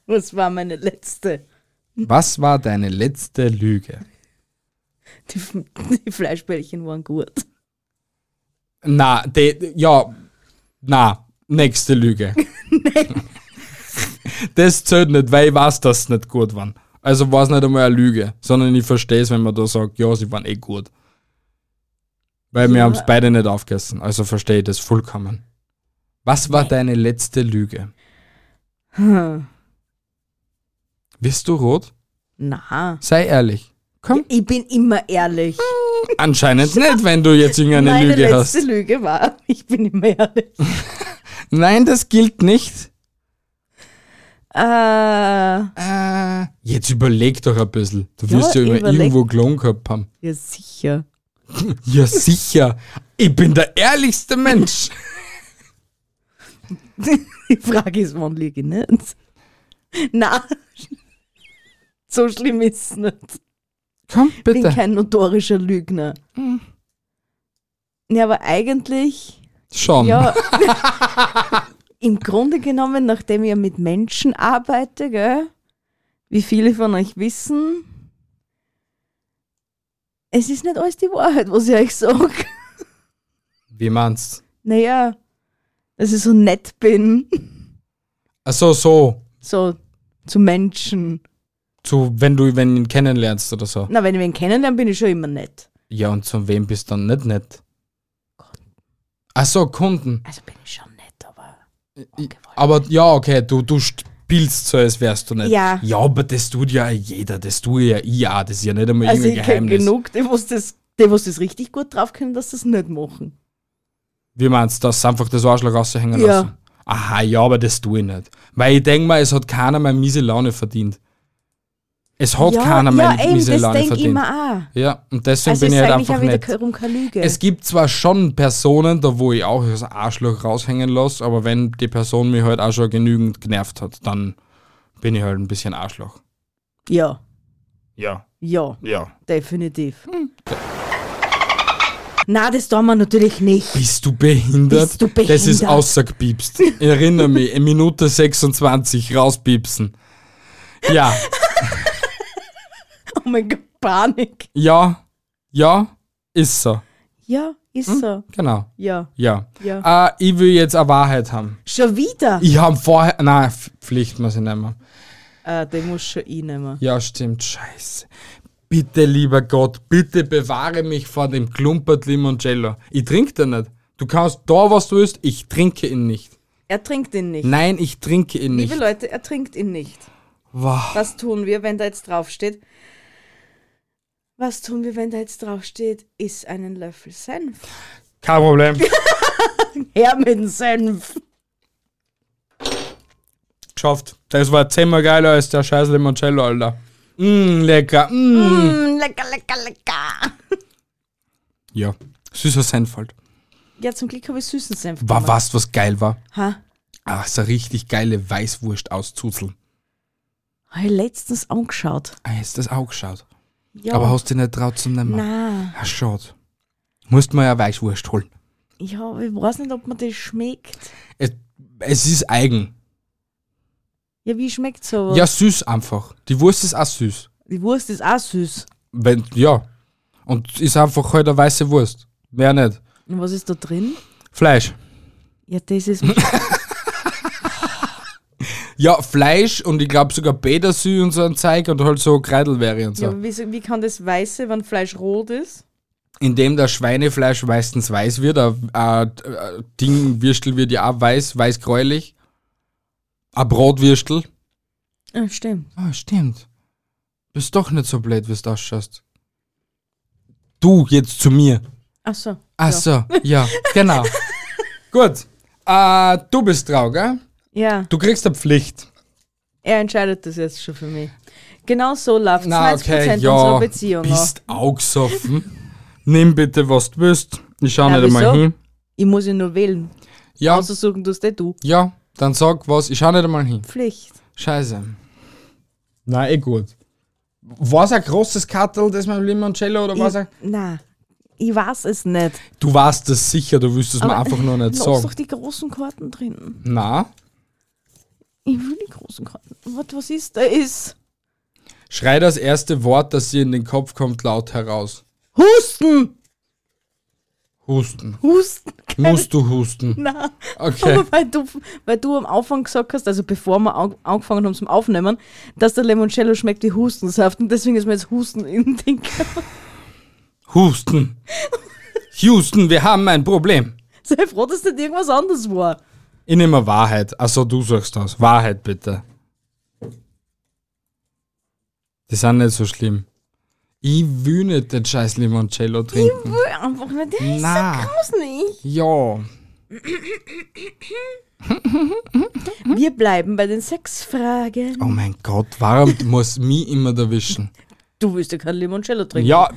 Speaker 2: was war meine letzte?
Speaker 1: Was war deine letzte Lüge?
Speaker 2: Die, F- die Fleischbällchen waren gut.
Speaker 1: Na, de, ja, na, nächste Lüge. das zählt nicht, weil ich weiß, dass sie nicht gut waren. Also war es nicht einmal eine Lüge, sondern ich verstehe es, wenn man da sagt, ja, sie waren eh gut. Weil wir
Speaker 2: Ja.
Speaker 1: haben es beide nicht aufgegessen, also verstehe ich das vollkommen. Was war deine letzte Lüge?
Speaker 2: Hm.
Speaker 1: Wirst du rot?
Speaker 2: Na.
Speaker 1: Sei ehrlich. Komm.
Speaker 2: Ich bin immer ehrlich.
Speaker 1: Anscheinend nicht, wenn du jetzt irgendeine
Speaker 2: Meine
Speaker 1: Lüge
Speaker 2: letzte
Speaker 1: hast.
Speaker 2: Lüge war, ich bin immer ehrlich.
Speaker 1: Nein, das gilt nicht.
Speaker 2: Äh,
Speaker 1: Äh, jetzt überleg doch ein bisschen. Du wirst ja,
Speaker 2: Ja,
Speaker 1: immer
Speaker 2: überleg.
Speaker 1: irgendwo Klon gehabt haben.
Speaker 2: ja, sicher.
Speaker 1: Ja, sicher. Ich bin der ehrlichste Mensch.
Speaker 2: Die Frage ist, wann liege ich nicht? Na, so schlimm ist es nicht.
Speaker 1: Komm,
Speaker 2: Ich bin
Speaker 1: bitte. Hm.
Speaker 2: kein notorischer Lügner. Ja, aber eigentlich,
Speaker 1: Schon.
Speaker 2: ja, im Grunde genommen, nachdem ich ja mit Menschen arbeite, gell, wie viele von euch wissen, es ist nicht alles die Wahrheit, was ich euch sage.
Speaker 1: Wie meinst
Speaker 2: Naja, dass ich so nett bin,
Speaker 1: Ach so, Also so.
Speaker 2: so zu Menschen.
Speaker 1: Zu, wenn du wenn ihn kennenlernst oder so.
Speaker 2: Na, wenn ich wen kennenlerne, bin ich schon immer nett.
Speaker 1: Ja, und zu wem bist du dann nicht nett? Ach so, Kunden.
Speaker 2: Also bin ich schon nett, aber.
Speaker 1: I- Äh, Aber ja, okay, du, du spielst so, als wärst du nicht.
Speaker 2: Ja.
Speaker 1: ja, aber das tut ja jeder, das tut ja ich auch. Das ist ja nicht einmal
Speaker 2: Also ich
Speaker 1: irgendein
Speaker 2: kenne
Speaker 1: Geheimnis.
Speaker 2: genug, die was das, die was das richtig gut drauf können, dass das nicht machen.
Speaker 1: Wie meinst du, dass sie einfach das Arschloch raushängen
Speaker 2: Ja.
Speaker 1: lassen? Aha, ja, aber das tue ich nicht. Weil ich denke mal, es hat keiner meine miese Laune verdient. Es hat keiner meine
Speaker 2: ja, eben,
Speaker 1: miese
Speaker 2: das
Speaker 1: Laune
Speaker 2: denk ich
Speaker 1: verdient.
Speaker 2: mir auch.
Speaker 1: Ja, und deswegen
Speaker 2: Also ist
Speaker 1: bin ich halt
Speaker 2: eigentlich
Speaker 1: einfach
Speaker 2: auch wieder
Speaker 1: nett.
Speaker 2: keine- um keine Lüge.
Speaker 1: Es gibt zwar schon Personen, da wo ich auch das Arschloch raushängen lasse, aber wenn die Person mich halt auch schon genügend genervt hat, dann bin ich halt ein bisschen Arschloch.
Speaker 2: ja,
Speaker 1: Ja,
Speaker 2: ja,
Speaker 1: ja.
Speaker 2: definitiv. Na, das tun wir natürlich nicht.
Speaker 1: Bist du behindert?
Speaker 2: Bist du
Speaker 1: Das ist
Speaker 2: behindert?
Speaker 1: aussagepiepst. Ich erinnere mich, in Minute 26 rauspiepsen. Ja,
Speaker 2: Oh mein Gott, Panik.
Speaker 1: ja, ja, ist so.
Speaker 2: Ja, ist so.
Speaker 1: Genau,
Speaker 2: Ja,
Speaker 1: ja.
Speaker 2: ja.
Speaker 1: Äh, ich will jetzt eine Wahrheit haben.
Speaker 2: Schon wieder?
Speaker 1: Ich habe vorher. Nein, Pf- Pflicht muss ich nehmen.
Speaker 2: Ah, den muss schon ich nehmen.
Speaker 1: Ja, stimmt, scheiße. Bitte, lieber Gott, bitte bewahre mich vor dem Klumpert Limoncello. Ich trinke den nicht. Du kannst da, was du willst, ich trinke ihn nicht.
Speaker 2: Er trinkt ihn nicht.
Speaker 1: Nein, ich trinke ihn nicht.
Speaker 2: Liebe Leute, er trinkt ihn nicht.
Speaker 1: Wow.
Speaker 2: Was tun wir, wenn da jetzt draufsteht? Was tun wir, wenn da jetzt draufsteht? Iss einen Löffel Senf.
Speaker 1: Kein Problem.
Speaker 2: Her mit dem Senf.
Speaker 1: Geschafft. Das war zehnmal geiler als der scheiß Limoncello, Alter. Mmm, lecker. Mmm.
Speaker 2: Mm, lecker, lecker, lecker.
Speaker 1: Ja, süßer Senf halt.
Speaker 2: Ja, zum Glück habe ich süßen Senf.
Speaker 1: War
Speaker 2: genommen.
Speaker 1: was, was geil war.
Speaker 2: Ha,
Speaker 1: Ah, so richtig geile Weißwurst aus Zuzeln.
Speaker 2: habe ich letztens angeschaut.
Speaker 1: Ah, hast das auch geschaut.
Speaker 2: Ja.
Speaker 1: Aber hast du nicht traut zum Nehmen?
Speaker 2: Na,
Speaker 1: Ah, schade. Musst mir ja Weißwurst holen.
Speaker 2: ja, aber ich weiß nicht, ob mir das schmeckt.
Speaker 1: Es, es ist eigen.
Speaker 2: Ja, wie schmeckt sowas?
Speaker 1: Ja, süß einfach. Die Wurst ist auch süß.
Speaker 2: Die Wurst ist auch süß.
Speaker 1: Wenn, ja. Und ist einfach halt eine weiße Wurst. Wer nicht?
Speaker 2: Und was ist da drin?
Speaker 1: Fleisch.
Speaker 2: Ja, das ist.
Speaker 1: Also. Ja, Fleisch und ich glaube sogar Petersilie und so ein Zeug und halt so Kreidelbeere und so.
Speaker 2: ja, aber wie, wie kann das Weiße, wenn Fleisch rot ist?
Speaker 1: Indem das Schweinefleisch meistens weiß wird, ein, ein, ein Ding, Würstel wird ja auch weiß, weißgräulich. Ein Brotwürstel.
Speaker 2: Ah, stimmt.
Speaker 1: Ah, stimmt. Bist doch nicht so blöd, wie du ausschaust. Du jetzt zu mir.
Speaker 2: Ach so.
Speaker 1: Ach so, ja, genau. Gut. Äh, du bist dran, gell?
Speaker 2: Ja.
Speaker 1: Du kriegst eine Pflicht.
Speaker 2: Er entscheidet das jetzt schon für mich. Genau so läuft
Speaker 1: Na,
Speaker 2: 90%
Speaker 1: okay,
Speaker 2: unserer
Speaker 1: ja.
Speaker 2: Beziehung. ab.
Speaker 1: Bist auch gesoffen. Nimm bitte, was du willst. Ich schau
Speaker 2: Ja,
Speaker 1: nicht einmal
Speaker 2: wieso?
Speaker 1: hin.
Speaker 2: Ich muss ja nur wählen.
Speaker 1: Ja,
Speaker 2: Außer suchen tust eh du.
Speaker 1: ja, dann sag was. Ich schau nicht einmal hin.
Speaker 2: Pflicht.
Speaker 1: Scheiße. Na, eh gut. War es ein großes Kattel, das mit dem Limoncello oder was?
Speaker 2: ich, na, ich weiß es nicht.
Speaker 1: Du warst das sicher, du wüsstest mir
Speaker 2: Aber
Speaker 1: einfach nur nicht
Speaker 2: Lass
Speaker 1: sagen.
Speaker 2: doch die großen Karten drin.
Speaker 1: Na,
Speaker 2: Ich will die großen Karten. What, was ist? Da ist
Speaker 1: schrei das erste Wort, das dir in den Kopf kommt, laut heraus.
Speaker 2: Husten.
Speaker 1: Husten.
Speaker 2: Husten.
Speaker 1: Musst du husten.
Speaker 2: Na,
Speaker 1: Okay.
Speaker 2: weil du, weil du am Anfang gesagt hast, also bevor wir an, angefangen haben zum Aufnehmen, dass der Limoncello schmeckt wie Hustensaft und deswegen ist mir jetzt Husten in den Kopf.
Speaker 1: Husten. Houston, wir haben ein Problem.
Speaker 2: Sei froh, dass das irgendwas anderes war.
Speaker 1: Ich nehme Wahrheit. Also du sagst das. Wahrheit bitte. Die sind nicht so schlimm. Ich will nicht den scheiß Limoncello trinken.
Speaker 2: will einfach nicht. Ich
Speaker 1: Na.
Speaker 2: sag, kann es nicht.
Speaker 1: Ja.
Speaker 2: Wir bleiben bei den Sexfragen.
Speaker 1: Oh mein Gott, warum muss mich immer erwischen?
Speaker 2: Du willst ja kein Limoncello trinken.
Speaker 1: Ja,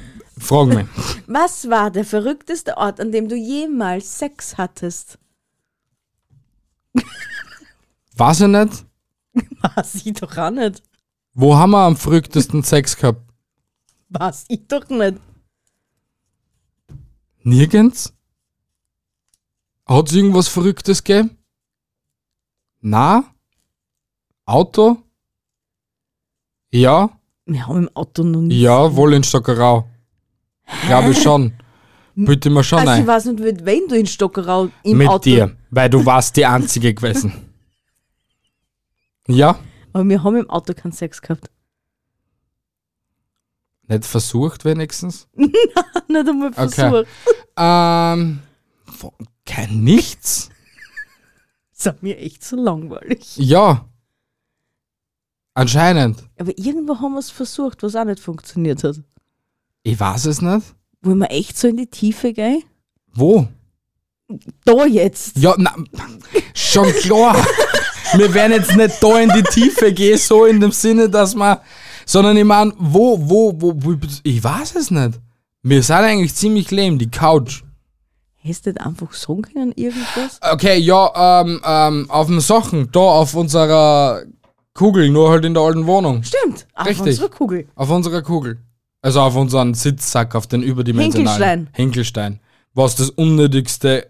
Speaker 1: frag mich.
Speaker 2: Was war der verrückteste Ort, an dem du jemals Sex hattest?
Speaker 1: Weiß ich nicht,
Speaker 2: Weiß ich doch auch nicht.
Speaker 1: wo haben wir am verrücktesten Sex gehabt?
Speaker 2: Weiß ich doch nicht.
Speaker 1: Nirgends? Hat es irgendwas Verrücktes gegeben? Na? Auto? Ja?
Speaker 2: Wir haben im Auto noch nie.
Speaker 1: Ja, wohl in Stockerau. Glaube ich schon. Bitte mal schon
Speaker 2: also ich
Speaker 1: ein.
Speaker 2: weiß nicht, mit wem du in Stockerau im
Speaker 1: Mit
Speaker 2: Auto...
Speaker 1: dir, weil du warst die Einzige gewesen. Ja?
Speaker 2: Aber wir haben im Auto keinen Sex gehabt.
Speaker 1: Nicht versucht wenigstens?
Speaker 2: nicht einmal
Speaker 1: Okay.
Speaker 2: versucht.
Speaker 1: Ähm, wo- kein Nichts?
Speaker 2: Das ist mir echt so langweilig.
Speaker 1: Ja. Anscheinend.
Speaker 2: Aber irgendwo haben wir es versucht, was auch nicht funktioniert hat.
Speaker 1: Ich weiß es nicht.
Speaker 2: Wollen wir echt so in die Tiefe gehen?
Speaker 1: Wo?
Speaker 2: Da jetzt!
Speaker 1: Ja, na, schon klar. Wir werden jetzt nicht da in die Tiefe gehen, so in dem Sinne, dass man, sondern ich meine, wo, wo, wo, wo, ich weiß es nicht. Wir sind eigentlich ziemlich lame, die Couch.
Speaker 2: Hättest du nicht einfach sagen können, irgendwas?
Speaker 1: Okay, ja, ähm, ähm, auf dem Sochen, da auf unserer Kugel, nur halt in der alten Wohnung.
Speaker 2: Stimmt! Ach,
Speaker 1: Richtig.
Speaker 2: unsere Kugel.
Speaker 1: Auf unserer Kugel. Also auf unseren Sitzsack, auf den überdimensionalen.
Speaker 2: Hinkelstein.
Speaker 1: Hinkelstein. Was das unnötigste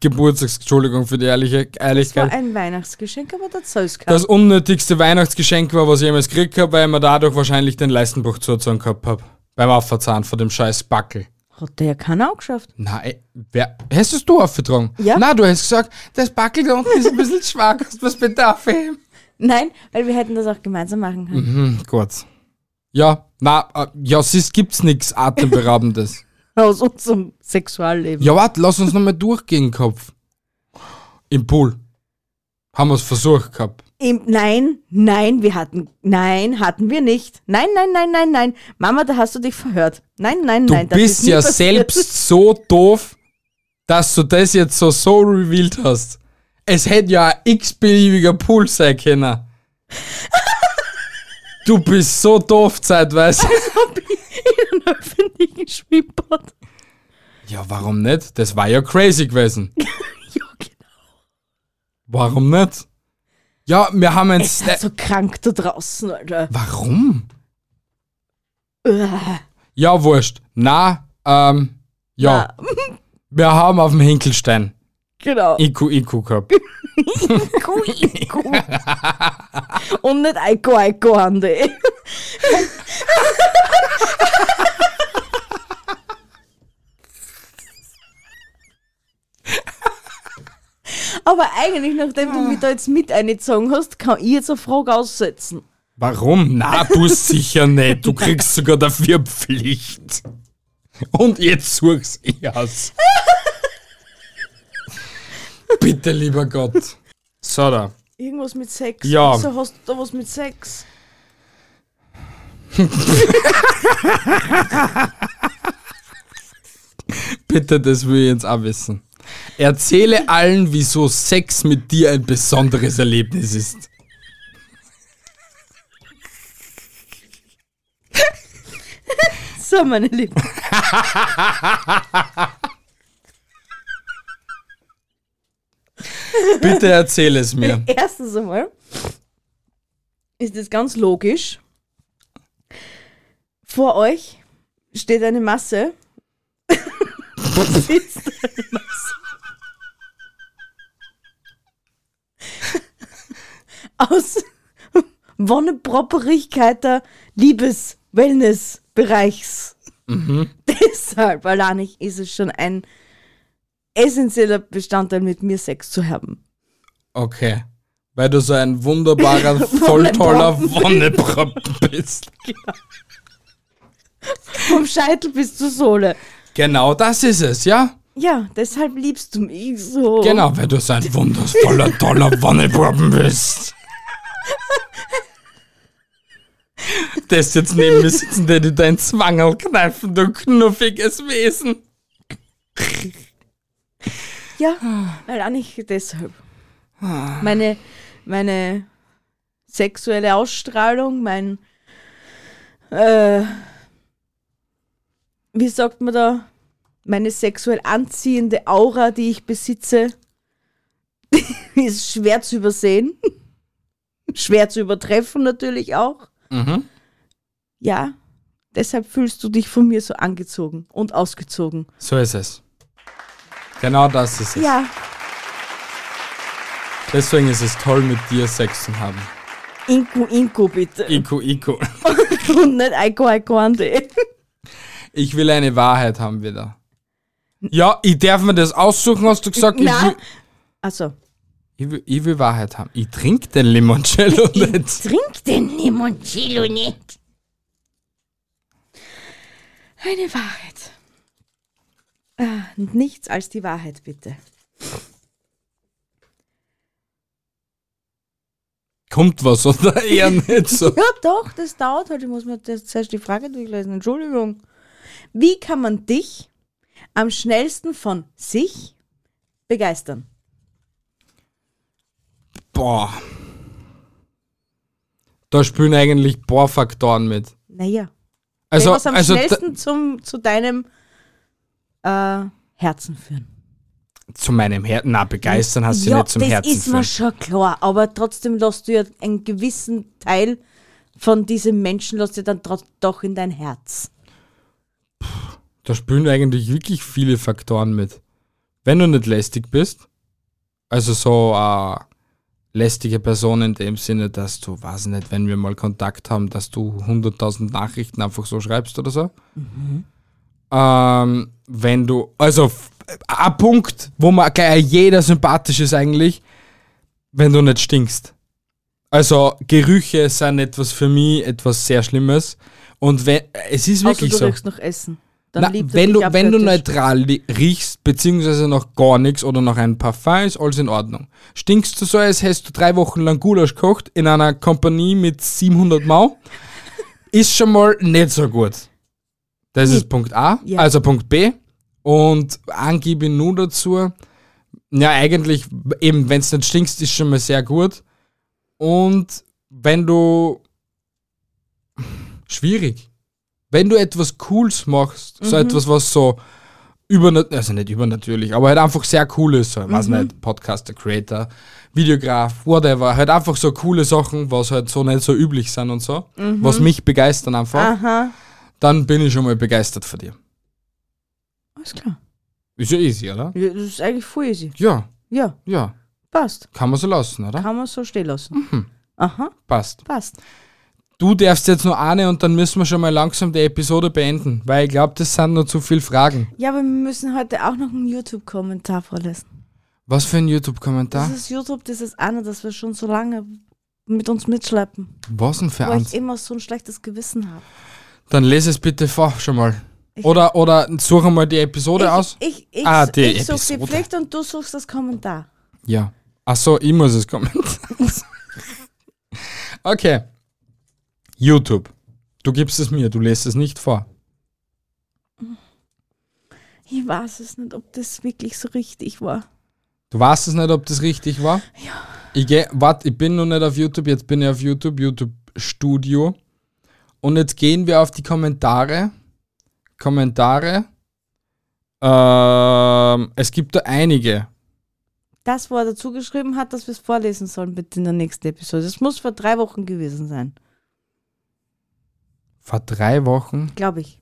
Speaker 1: Geburtstags, Entschuldigung für die ehrliche
Speaker 2: War
Speaker 1: Ehrlichkeit.
Speaker 2: ein Weihnachtsgeschenk, aber das soll es kein.
Speaker 1: Das unnötigste Weihnachtsgeschenk war, was ich jemals gekriegt habe, weil ich mir dadurch wahrscheinlich den Leistenbruch zuerzogen gehabt habe. Beim Aufverzahn von dem scheiß Backel.
Speaker 2: Hat der ja keiner auch geschafft.
Speaker 1: Nein, wer, hättest du aufgetragen?
Speaker 2: Ja.
Speaker 1: Nein, du hast gesagt, das Backel da unten ist ein bisschen schwach, hast was bedarf ihm.
Speaker 2: Nein, weil wir hätten das auch gemeinsam machen können.
Speaker 1: Hm, gut. Ja, na, äh, ja, siehst, gibt's nix Atemberaubendes.
Speaker 2: Aus unserem Sexualleben.
Speaker 1: ja, warte, lass uns nochmal durchgehen, Kopf. Im Pool. Haben wir's versucht gehabt.
Speaker 2: Im, nein, nein, wir hatten. Nein, hatten wir nicht. Nein, nein, nein, nein, nein. Mama, da hast du dich verhört. Nein, nein,
Speaker 1: Du
Speaker 2: nein. das ist
Speaker 1: bist
Speaker 2: nie
Speaker 1: ja
Speaker 2: passiert.
Speaker 1: selbst so doof, dass du das jetzt so so revealed hast. Es hätte ja ein x-beliebiger Pool sein können. du bist so doof zeitweise.
Speaker 2: in einem öffentlichen Schwimmbad.
Speaker 1: Ja, warum nicht? Das war ja crazy gewesen.
Speaker 2: Ja, genau.
Speaker 1: Warum nicht? Ja, wir haben ein...
Speaker 2: Es ist so krank da draußen, Alter. Äh.
Speaker 1: Warum?
Speaker 2: Uah.
Speaker 1: Ja, wurscht. Na, ähm, ja. Wir haben auf dem Hinkelstein
Speaker 2: Genau.
Speaker 1: IQ, IQ gehabt.
Speaker 2: Iku, Iku. Und nicht Aiko, Aiko, Andi. Aber eigentlich, nachdem du mich da jetzt mit eingezogen hast, kann ich jetzt eine Frage aussetzen.
Speaker 1: Warum? Na, du sicher nicht. Du kriegst sogar dafür Pflicht. Und jetzt such's ich aus. Bitte, lieber Gott. So da.
Speaker 2: Irgendwas mit Sex.
Speaker 1: Ja.
Speaker 2: Wieso hast du da was mit Sex?
Speaker 1: Bitte, das will ich jetzt auch wissen. Erzähle allen, wieso Sex mit dir ein besonderes Erlebnis ist.
Speaker 2: So, meine Lieben.
Speaker 1: Bitte erzähl es mir.
Speaker 2: Erstens einmal ist es ganz logisch. Vor euch steht eine Masse. sitzt eine Masse. Aus Wonneproperigkeiter Liebes Wellness Bereichs. Deshalb allein ich ist es schon ein essentieller Bestandteil mit mir Sex zu haben.
Speaker 1: Okay. Weil du so ein wunderbarer, voll toller Wonneproppen bist.
Speaker 2: Vom Scheitel bis zur Sohle.
Speaker 1: Genau das ist es, ja?
Speaker 2: Ja, deshalb liebst du mich so.
Speaker 1: Genau, weil du so ein wundervoller, toller Wonneproppen bist. Das jetzt neben mir sitzen, der dir dein Zwangerl kneifen, du knuffiges Wesen.
Speaker 2: Ja, allein ich deshalb. Meine, meine sexuelle Ausstrahlung, mein. Äh, wie sagt man da? Meine sexuell anziehende Aura, die ich besitze, die ist schwer zu übersehen. schwer zu übertreffen natürlich auch.
Speaker 1: Mhm.
Speaker 2: Ja, deshalb fühlst du dich von mir so angezogen und ausgezogen.
Speaker 1: So ist es. Genau das ist es.
Speaker 2: Ja,
Speaker 1: Deswegen ist es toll, mit dir Sex zu haben.
Speaker 2: Inku, Inku bitte.
Speaker 1: Iku, Iku.
Speaker 2: und nicht Aiko, Aiko, Ande.
Speaker 1: Ich will eine Wahrheit haben wieder. Ja, ich darf mir das aussuchen, hast du gesagt? Ich
Speaker 2: Na,
Speaker 1: will,
Speaker 2: also,
Speaker 1: ich, will, ich will Wahrheit haben. Ich trinke den Limoncello nicht.
Speaker 2: trink den Limoncello nicht. Eine Wahrheit. Ah, und nichts als die Wahrheit, bitte.
Speaker 1: Kommt was oder eher nicht so.
Speaker 2: Ja, doch, das dauert halt. Ich muss mir das- zuerst die Frage durchlesen. Entschuldigung. Wie kann man dich am schnellsten von sich begeistern?
Speaker 1: Boah. Da spielen eigentlich Bohrfaktoren mit.
Speaker 2: Naja, also,
Speaker 1: Also,
Speaker 2: was am
Speaker 1: also da-
Speaker 2: schnellsten zum, zu deinem äh, Herzen führen.
Speaker 1: zu meinem Herzen. Na, begeistern hast du
Speaker 2: ja,
Speaker 1: nicht zum
Speaker 2: das
Speaker 1: Herzen.
Speaker 2: ist mir
Speaker 1: führen.
Speaker 2: schon klar, aber trotzdem lässt du ja einen gewissen Teil von diesem Menschen lässt du dann trotz- doch in dein Herz.
Speaker 1: Da spielen eigentlich wirklich viele Faktoren mit. Wenn du nicht lästig bist, also so äh, lästige Person in dem Sinne, dass du, weiß nicht, wenn wir mal Kontakt haben, dass du 100.000 Nachrichten einfach so schreibst oder so. Ähm, wenn du, also f- ein Punkt, wo man gleich jeder sympathisch ist eigentlich, wenn du nicht stinkst. Also Gerüche sind etwas für mich etwas sehr Schlimmes. Und wenn, es ist
Speaker 2: Außer
Speaker 1: wirklich
Speaker 2: du
Speaker 1: so.
Speaker 2: riechst noch Essen. Dann
Speaker 1: Na,
Speaker 2: liebt er
Speaker 1: wenn
Speaker 2: dich
Speaker 1: du,
Speaker 2: ab,
Speaker 1: wenn du
Speaker 2: fertig.
Speaker 1: neutral li- riechst, beziehungsweise noch gar nichts oder noch ein Parfum, ist alles in Ordnung. Stinkst du so, als hättest du drei Wochen lang Gulasch gekocht in einer Kompanie mit 700 Mau, ist schon mal nicht so gut. Das ist Punkt A,
Speaker 2: Hm. Ja.
Speaker 1: also Punkt B. Und angebe nur dazu, ja, eigentlich, eben, wenn es nicht stinkst, ist schon mal sehr gut. Und wenn du. Schwierig. Wenn du etwas Cooles machst, so etwas, was so übernatürlich, also nicht übernatürlich, aber halt einfach sehr cool ist, so, ich weiß nicht, Podcaster, Creator, Videograf, whatever, halt einfach so coole Sachen, was halt so nicht so üblich sind und so, was mich begeistern einfach,
Speaker 2: Aha,
Speaker 1: dann bin ich schon mal begeistert von dir.
Speaker 2: alles klar.
Speaker 1: Ist ja easy, oder?
Speaker 2: Ja, das ist eigentlich voll easy.
Speaker 1: Ja,
Speaker 2: Ja,
Speaker 1: ja.
Speaker 2: passt.
Speaker 1: Kann man so lassen, oder?
Speaker 2: Kann man so stehen lassen.
Speaker 1: Mhm.
Speaker 2: Aha,
Speaker 1: Passt.
Speaker 2: passt.
Speaker 1: Du darfst jetzt nur eine und dann müssen wir schon mal langsam die Episode beenden, weil ich glaube, das sind noch zu viele Fragen.
Speaker 2: Ja, aber wir müssen heute auch noch einen YouTube-Kommentar vorlesen.
Speaker 1: Was für ein
Speaker 2: Das
Speaker 1: YouTube-Kommentar?
Speaker 2: ist YouTube, das ist einer, das wir schon so lange mit uns mitschleppen,
Speaker 1: Was denn für
Speaker 2: weil ich
Speaker 1: eins?
Speaker 2: immer so ein schlechtes Gewissen habe.
Speaker 1: Dann lese es bitte vor schon mal. Oder, oder suche mal die Episode aus.
Speaker 2: Ich, ich, ich,
Speaker 1: Ah, die
Speaker 2: ich such die
Speaker 1: Episode.
Speaker 2: Pflicht und du suchst das Kommentar.
Speaker 1: Ja. Achso, ich muss es kommentieren. okay. YouTube. Du gibst es mir, du lest es nicht vor.
Speaker 2: Ich weiß es nicht, ob das wirklich so richtig war.
Speaker 1: Du weißt es nicht, ob das richtig war? Ja. Ich geh, warte, ich bin noch nicht auf YouTube, jetzt bin ich auf YouTube, YouTube Studio. Und jetzt gehen wir auf die Kommentare. Kommentare. Ähm, es gibt da einige.
Speaker 2: Das, wo er dazu geschrieben hat, dass wir es vorlesen sollen, bitte in der nächsten Episode. Das muss vor drei Wochen gewesen sein,
Speaker 1: Vor drei Wochen.
Speaker 2: glaube ich.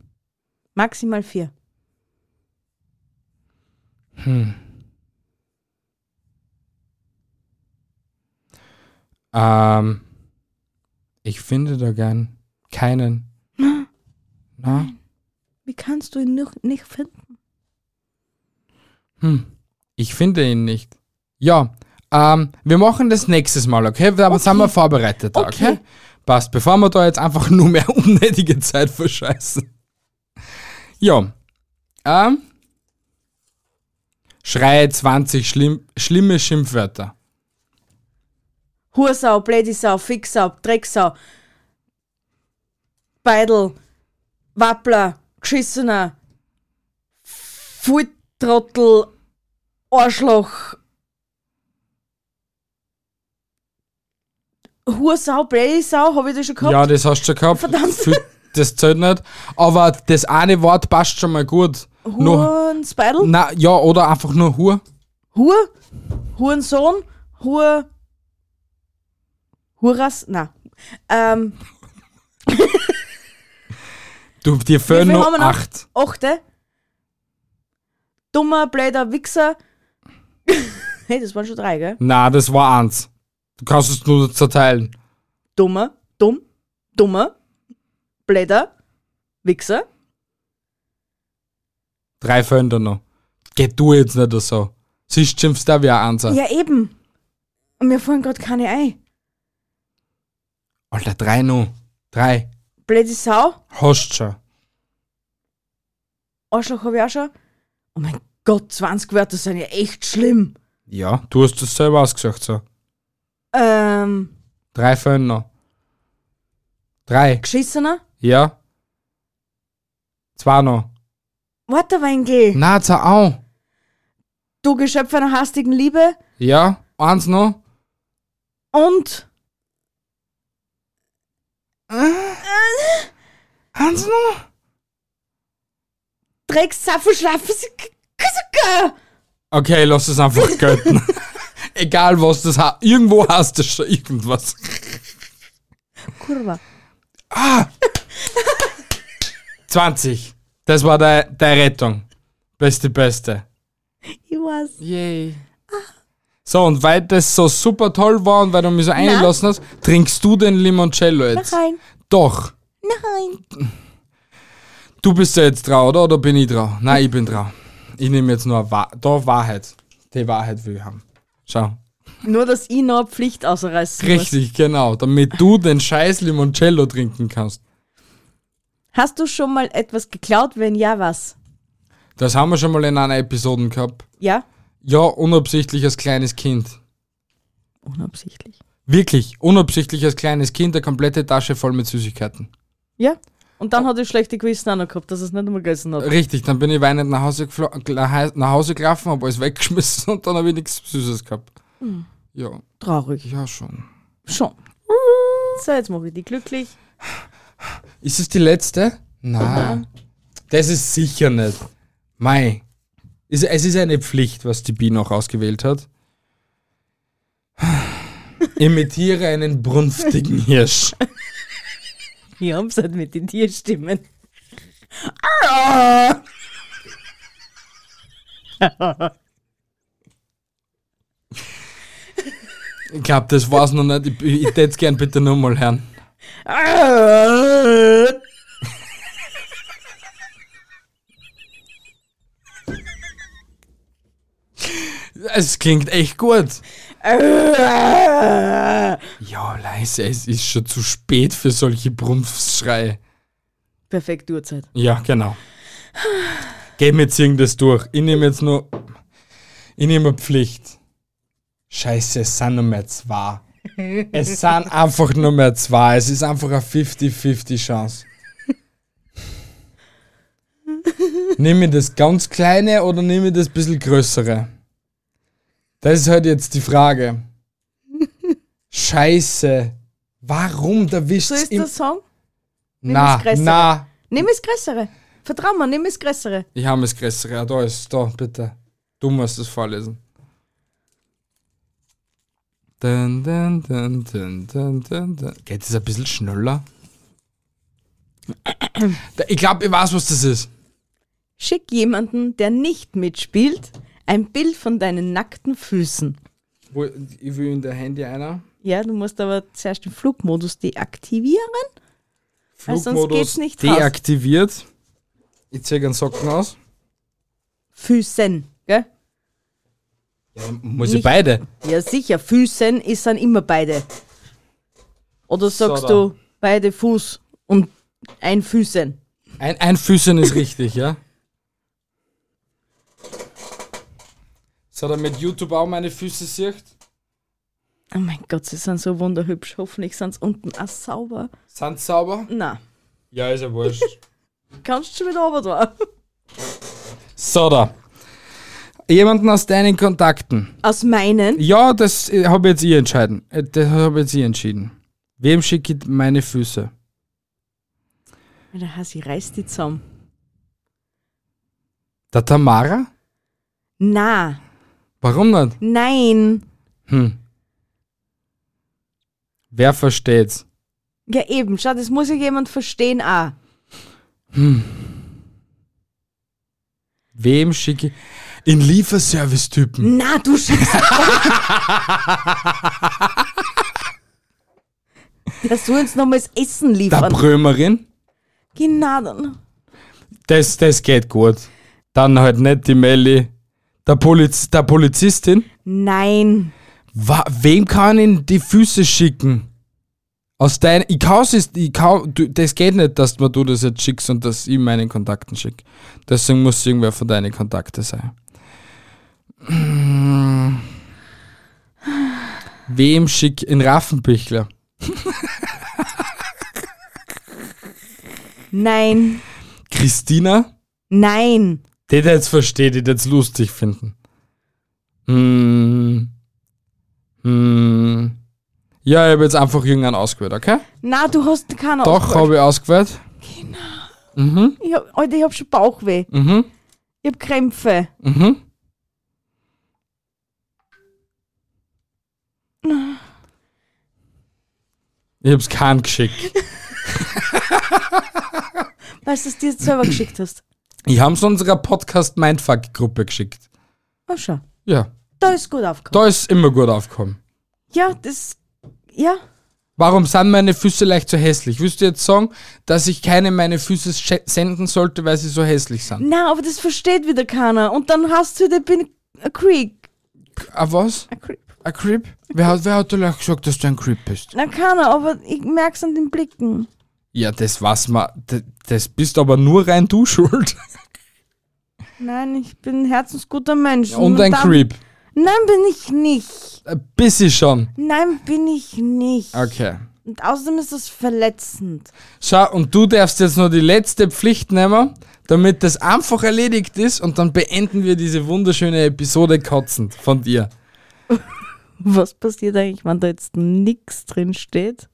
Speaker 2: Maximal vier.
Speaker 1: Hm. Ähm, ich finde da gern keinen. Na?
Speaker 2: Wie kannst du ihn noch nicht finden?
Speaker 1: Hm, ich finde ihn nicht. Ja, ähm, wir machen das nächstes Mal, okay? Da sind wir vorbereitet, okay?
Speaker 2: Okay.
Speaker 1: Passt, bevor wir da jetzt einfach nur mehr unnötige Zeit verscheißen. Ja, ähm, schreie 20 schlimm, schlimme Schimpfwörter.
Speaker 2: Hursau, Blädisau, Fixau, Drecksau, Beidel, Wappler, Geschissener, Fulltrottel, Arschloch. Hursau, Bläsau, habe ich das schon gehabt?
Speaker 1: Ja, das hast du schon gehabt.
Speaker 2: Verdammt.
Speaker 1: Für- Das zählt nicht. Aber das eine Wort passt schon mal gut. Nur,
Speaker 2: Hurenspeitel?
Speaker 1: na, ja, oder einfach nur Hur.
Speaker 2: Hur? Hurensohn? Hur... Huras? Na. Ähm,
Speaker 1: Du, dir fehlen
Speaker 2: viel
Speaker 1: nur
Speaker 2: haben wir noch?
Speaker 1: acht.
Speaker 2: achte. Dummer, bläder Wichser. hey, das waren schon drei, gell?
Speaker 1: Na, das war eins. Du kannst es nur zerteilen.
Speaker 2: Dummer, dumm, dummer, bläder, Wichser.
Speaker 1: Drei fehlen da noch. Geh du jetzt nicht so. Siehst du, schimpfst da wie ein Einser.
Speaker 2: Ja, eben. Und Mir fallen gerade keine ein.
Speaker 1: Alter, drei noch. Drei.
Speaker 2: Blöde Sau,
Speaker 1: Hast schon.
Speaker 2: Arschloch habe ich auch schon. Oh mein Gott, 20 Wörter sind ja echt schlimm.
Speaker 1: Ja, du hast es selber ausgesagt so.
Speaker 2: Ähm,
Speaker 1: Drei fehlen noch. Drei.
Speaker 2: Geschissener,
Speaker 1: Ja. Zwei noch.
Speaker 2: Wortewengel,
Speaker 1: Na, zwei auch.
Speaker 2: du Geschöpf einer hastigen Liebe
Speaker 1: Ja, eins noch.
Speaker 2: und
Speaker 1: Eins noch?
Speaker 2: trägst Saffel schlafen.
Speaker 1: Okay, lass es einfach gelten. Egal was das hat. Irgendwo hast du schon irgendwas.
Speaker 2: Kurva.
Speaker 1: 20. Das war deine deine Rettung. Beste, beste.
Speaker 2: Ich weiß.
Speaker 1: Yay. So, und weil das so super toll war und weil du mich so eingelassen hast, trinkst du den Limoncello jetzt.
Speaker 2: Nein,
Speaker 1: Doch.
Speaker 2: nein.
Speaker 1: Du bist ja jetzt dran, oder? Oder bin ich dran? Nein, ich bin dran. Ich nehme jetzt nur Wa da Wahrheit. Die Wahrheit will ich haben. Schau.
Speaker 2: Nur, dass ich noch eine Pflicht ausreißen muss.
Speaker 1: Richtig, genau. Damit du den scheiß Limoncello trinken kannst.
Speaker 2: Hast du schon mal etwas geklaut? Wenn ja, was?
Speaker 1: Das haben wir schon mal in einer Episode gehabt.
Speaker 2: Ja?
Speaker 1: Ja, unabsichtlich als kleines Kind.
Speaker 2: Unabsichtlich.
Speaker 1: Wirklich, unabsichtlich als kleines Kind eine komplette Tasche voll mit Süßigkeiten.
Speaker 2: Ja? Und dann hat ich schlechte Gewissen auch noch gehabt, dass es nicht einmal gegessen hat.
Speaker 1: Richtig, dann bin ich weinend nach Hause, geflo- gla- nach Hause gelaufen, habe alles weggeschmissen und dann habe ich nichts Süßes gehabt. Ja,
Speaker 2: Traurig.
Speaker 1: ja schon.
Speaker 2: Schon. So, jetzt mache ich die glücklich.
Speaker 1: Ist es die letzte? Nein. Das ist sicher nicht. Mei. Es es ist eine Pflicht, was die Biene auch ausgewählt hat. Imitiere einen brunftigen Hirsch.
Speaker 2: Wir haben es halt mit den Tierstimmen.
Speaker 1: Ich glaube, das war's noch nicht. Ich, ich hätte es gern bitte nochmal hören. Es klingt echt gut. Ja, leise, es ist schon zu spät für solche Brumpfschreie.
Speaker 2: Perfekt Uhrzeit.
Speaker 1: Ja, genau. Geh mir jetzt irgendwas durch. Ich nehme jetzt nur. Ich nehme eine Pflicht. Scheiße, es sind nur mehr zwei. Es sind einfach nur mehr zwei. Es ist einfach eine 50-50 Chance. Nimm ich das ganz kleine oder nimm ich das bisschen größere? Das ist halt jetzt die Frage. Scheiße. Warum erwischt
Speaker 2: So ist
Speaker 1: im-
Speaker 2: der Song.
Speaker 1: Na,
Speaker 2: das Größere.
Speaker 1: na,
Speaker 2: Nimm das Größere. Vertrau mir, nimm das Größere.
Speaker 1: Ich habe das größere. Ja, da ist da, bitte. Du musst es vorlesen. Dun, dun, dun, dun, dun, dun, dun. Geht das ein bisschen schneller? Da- Ich glaube, ich weiß, was das ist.
Speaker 2: Schick jemanden, der nicht mitspielt, ein Bild von deinen nackten Füßen.
Speaker 1: Wo- Ich will in der Handy einer.
Speaker 2: Ja, du musst aber zuerst den Flugmodus deaktivieren. Weil Äh, sonst geht's nicht raus.
Speaker 1: deaktiviert. Ich ziehe einen Socken aus.
Speaker 2: Füßen, gell?
Speaker 1: Muss ich
Speaker 2: Nicht-
Speaker 1: beide?
Speaker 2: Ja, sicher. Füßen ist dann immer beide. Oder sagst
Speaker 1: So
Speaker 2: du beide Fuß und ein Füßen?
Speaker 1: Ein, ein Füßen ist richtig, ja? So, damit YouTube auch meine Füße sieht.
Speaker 2: Oh mein Gott, sie sind so wunderhübsch. Hoffentlich sind sie unten auch sauber.
Speaker 1: Sind sie sauber?
Speaker 2: Na,
Speaker 1: Ja, ist ja wurscht.
Speaker 2: kannst du schon wieder runter tun.
Speaker 1: so, da. jemanden aus deinen Kontakten.
Speaker 2: Aus meinen.
Speaker 1: Ja, das äh, habe jetzt ich entschieden. Das habe jetzt ich entschieden. Wem schicke ich meine Füße?
Speaker 2: Alter Hasi, reiß die zusammen.
Speaker 1: Der Tamara?
Speaker 2: Na,
Speaker 1: Warum nicht?
Speaker 2: nein.
Speaker 1: Hm. Wer versteht's?
Speaker 2: Ja, eben, schau, das muss ja jemand verstehen auch.
Speaker 1: Wem schicke ich? In Lieferservice-Typen.
Speaker 2: Na, du schickst. Dass du uns nochmals Essen
Speaker 1: Der
Speaker 2: liefern.
Speaker 1: Brömerin?
Speaker 2: Genau dann.
Speaker 1: Das, das geht gut. Dann halt nicht die Melli. Der, Poliz der Polizistin?
Speaker 2: Nein.
Speaker 1: Wa wem kann ich die Füße schicken? Aus deinen. Ich kann's jetzt, ich kann, du, das geht nicht, dass man du das jetzt schickst und dass ich meinen Kontakten schicke. Deswegen muss irgendwer von deinen Kontakten sein. Hm. Wem schick in Raffenbichler?
Speaker 2: Nein.
Speaker 1: Christina?
Speaker 2: Nein.
Speaker 1: Den jetzt versteht, den jetzt lustig finden. Hm. Hm. Ja, ich habe jetzt einfach irgendeinen ausgewählt, okay?
Speaker 2: Na, du hast keinen
Speaker 1: Doch,
Speaker 2: ausgewählt.
Speaker 1: habe ich ausgewählt.
Speaker 2: ich hab, Alter, ich hab schon Bauchweh.
Speaker 1: Mhm.
Speaker 2: Ich hab Krämpfe.
Speaker 1: Mhm. Ich hab's keinen geschickt.
Speaker 2: Weißt du, dass du es dir selber geschickt hast?
Speaker 1: Ich hab's unserer Podcast Mindfuck-Gruppe geschickt.
Speaker 2: Oh, schau.
Speaker 1: Ja,
Speaker 2: Da ist gut aufgekommen.
Speaker 1: da ist immer gut aufgekommen.
Speaker 2: Ja, das. Ja.
Speaker 1: Warum sind meine Füße leicht so hässlich? Willst du jetzt sagen, dass ich keine meine Füße sch- senden sollte, weil sie so hässlich sind?
Speaker 2: Na, aber das versteht wieder keiner. Und dann hast du den bin a Creep.
Speaker 1: Ah, was?
Speaker 2: A Creep.
Speaker 1: Ein Creep? Wer hat, wer hat dir gleich gesagt, dass du ein Creep bist?
Speaker 2: Na, keiner, aber ich merk's an den Blicken.
Speaker 1: Ja, das war's mal. D- Das bist aber nur rein du schuld.
Speaker 2: Nein, ich bin ein herzensguter Mensch.
Speaker 1: Und ein
Speaker 2: dann-
Speaker 1: Creep.
Speaker 2: Nein, bin ich nicht.
Speaker 1: Ein bisschen schon.
Speaker 2: Nein, bin ich nicht.
Speaker 1: Okay.
Speaker 2: Und außerdem ist das verletzend.
Speaker 1: Schau, und du darfst jetzt nur die letzte Pflicht nehmen, damit das einfach erledigt ist und dann beenden wir diese wunderschöne Episode kotzend von dir.
Speaker 2: Was passiert eigentlich, wenn da jetzt nichts drin steht?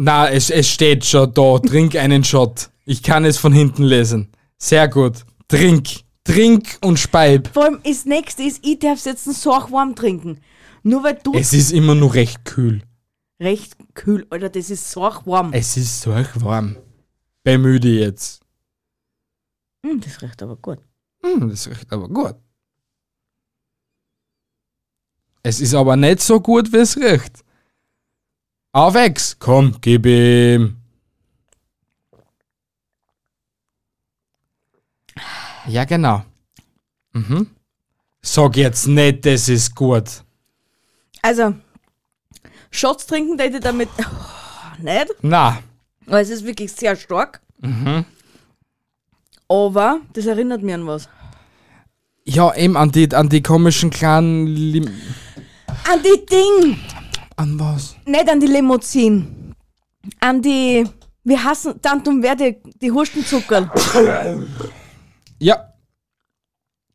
Speaker 1: Na, es, es steht schon da. Trink einen Shot. Ich kann es von hinten lesen. Sehr gut. Trink. Trink und speib.
Speaker 2: Vor allem, das nächste ist, ich darf jetzt einen Sorg warm trinken. Nur weil du
Speaker 1: Es ist immer nur recht kühl.
Speaker 2: recht kühl, Alter, das ist Sorg warm.
Speaker 1: Es ist so warm. Bemühe dich jetzt.
Speaker 2: Hm, das riecht aber gut.
Speaker 1: Hm, das riecht aber gut. Es ist aber nicht so gut, wie es riecht. Aufwächs, komm, gib ihm. Ja, genau. Mhm. Sag jetzt nicht, das ist gut.
Speaker 2: Also, Shots trinken, da ich damit Oh, nicht,
Speaker 1: Na,
Speaker 2: weil es ist wirklich sehr stark. Aber das erinnert mich an was.
Speaker 1: ja, eben an die, an die komischen kleinen Lim
Speaker 2: An die Ding!
Speaker 1: An was?
Speaker 2: Nicht an die Limousin. An die. Wir hassen Tantum Verde, die Hurstenzucker.
Speaker 1: Ja,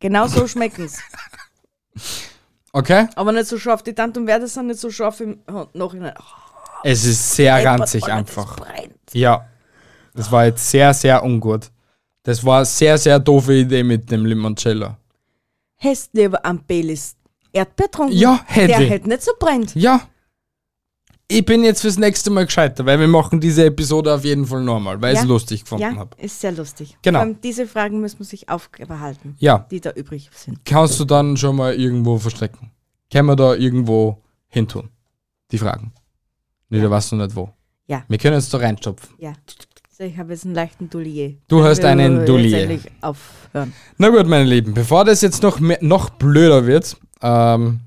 Speaker 2: Genau so schmecken's.
Speaker 1: okay.
Speaker 2: Aber nicht so scharf. Die Tantum Verde sind nicht so scharf im Nachhinein. Oh,
Speaker 1: Es ist sehr ranzig
Speaker 2: Alter,
Speaker 1: einfach.
Speaker 2: Das brennt.
Speaker 1: Ja, das war jetzt sehr, sehr ungut. Das war eine sehr, sehr doofe Idee mit dem Limoncello.
Speaker 2: Hättest du lieber am Baileys Erdbeer getrunken?
Speaker 1: Ja, hätte
Speaker 2: Der
Speaker 1: ich.
Speaker 2: hätte nicht so brennt.
Speaker 1: Ja, ich bin jetzt fürs nächste Mal gescheiter, weil wir machen diese Episode auf jeden Fall nochmal, weil ich
Speaker 2: Ja.
Speaker 1: es lustig gefunden
Speaker 2: Ja,
Speaker 1: habe.
Speaker 2: ist sehr lustig.
Speaker 1: Genau.
Speaker 2: Vor allem diese Fragen muss man sich aufbehalten,
Speaker 1: Ja,
Speaker 2: die da übrig sind.
Speaker 1: kannst du dann schon mal irgendwo verstecken? Können wir da irgendwo hin tun? Die Fragen. Nee, da weißt du nicht wo.
Speaker 2: Ja.
Speaker 1: Wir können es da reinstopfen.
Speaker 2: Ja. So, ich habe jetzt einen leichten Doulier.
Speaker 1: Du hast
Speaker 2: Wir
Speaker 1: einen
Speaker 2: wollen
Speaker 1: Doulier.
Speaker 2: Jetzt endlich aufhören.
Speaker 1: Na gut, meine Lieben, bevor das jetzt noch, mehr, noch blöder wird, ähm,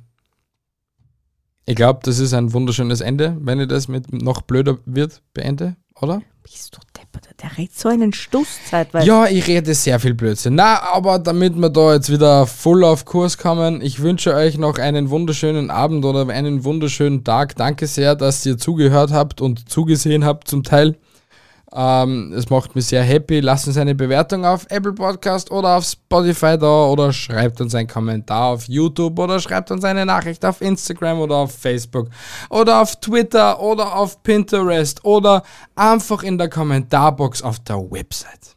Speaker 1: ich glaube, das ist ein wunderschönes Ende, wenn ich das mit noch blöder wird beende, oder?
Speaker 2: Bist du deppert? Der redet so einen Stuss zeitweise.
Speaker 1: Ja, ich rede sehr viel Blödsinn. Na, aber damit wir da jetzt wieder voll auf Kurs kommen, ich wünsche euch noch einen wunderschönen Abend oder einen wunderschönen Tag. Danke sehr, dass ihr zugehört habt und zugesehen habt zum Teil. Ähm, es macht mich sehr happy. Lasst uns eine Bewertung auf Apple Podcast oder auf Spotify da oder schreibt uns einen Kommentar auf YouTube oder schreibt uns eine Nachricht auf Instagram oder auf Facebook oder auf Twitter oder auf Pinterest oder einfach in der Kommentarbox auf der Website.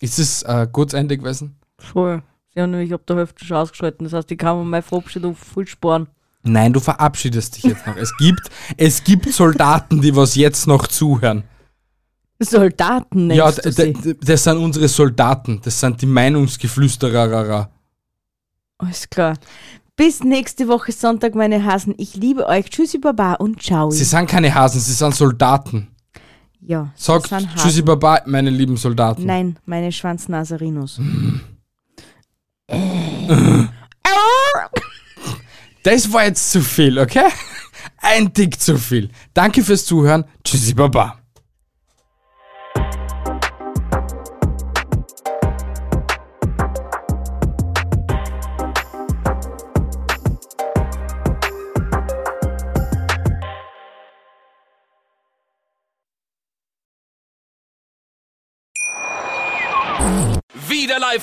Speaker 1: Ist es äh, kurz Ende gewesen?
Speaker 2: Voll. Sie haben nämlich ab der Hälfte schon ausgeschalten. Das heißt, ich kann mir meine Verabschiedung voll sparen.
Speaker 1: Nein, du verabschiedest dich jetzt noch. Es gibt, es gibt Soldaten, die was jetzt noch zuhören.
Speaker 2: Soldaten nennst
Speaker 1: ja,
Speaker 2: du
Speaker 1: d-
Speaker 2: sie.
Speaker 1: d- d- das sind unsere Soldaten. Das sind die Meinungsgeflüsterer.
Speaker 2: Alles klar. Bis nächste Woche Sonntag, meine Hasen. Ich liebe euch. Tschüssi, Baba und ciao.
Speaker 1: Sie sind keine Hasen, sie sind Soldaten.
Speaker 2: ja, sie
Speaker 1: Sagt
Speaker 2: sind Hasen.
Speaker 1: Tschüssi Baba, Mm. meine lieben Soldaten.
Speaker 2: Nein, meine Schwanznaserinos. Äh.
Speaker 1: Mm. Das war jetzt zu viel, okay? Ein Tick zu viel. Danke fürs Zuhören. Tschüssi Baba.
Speaker 4: Wieder live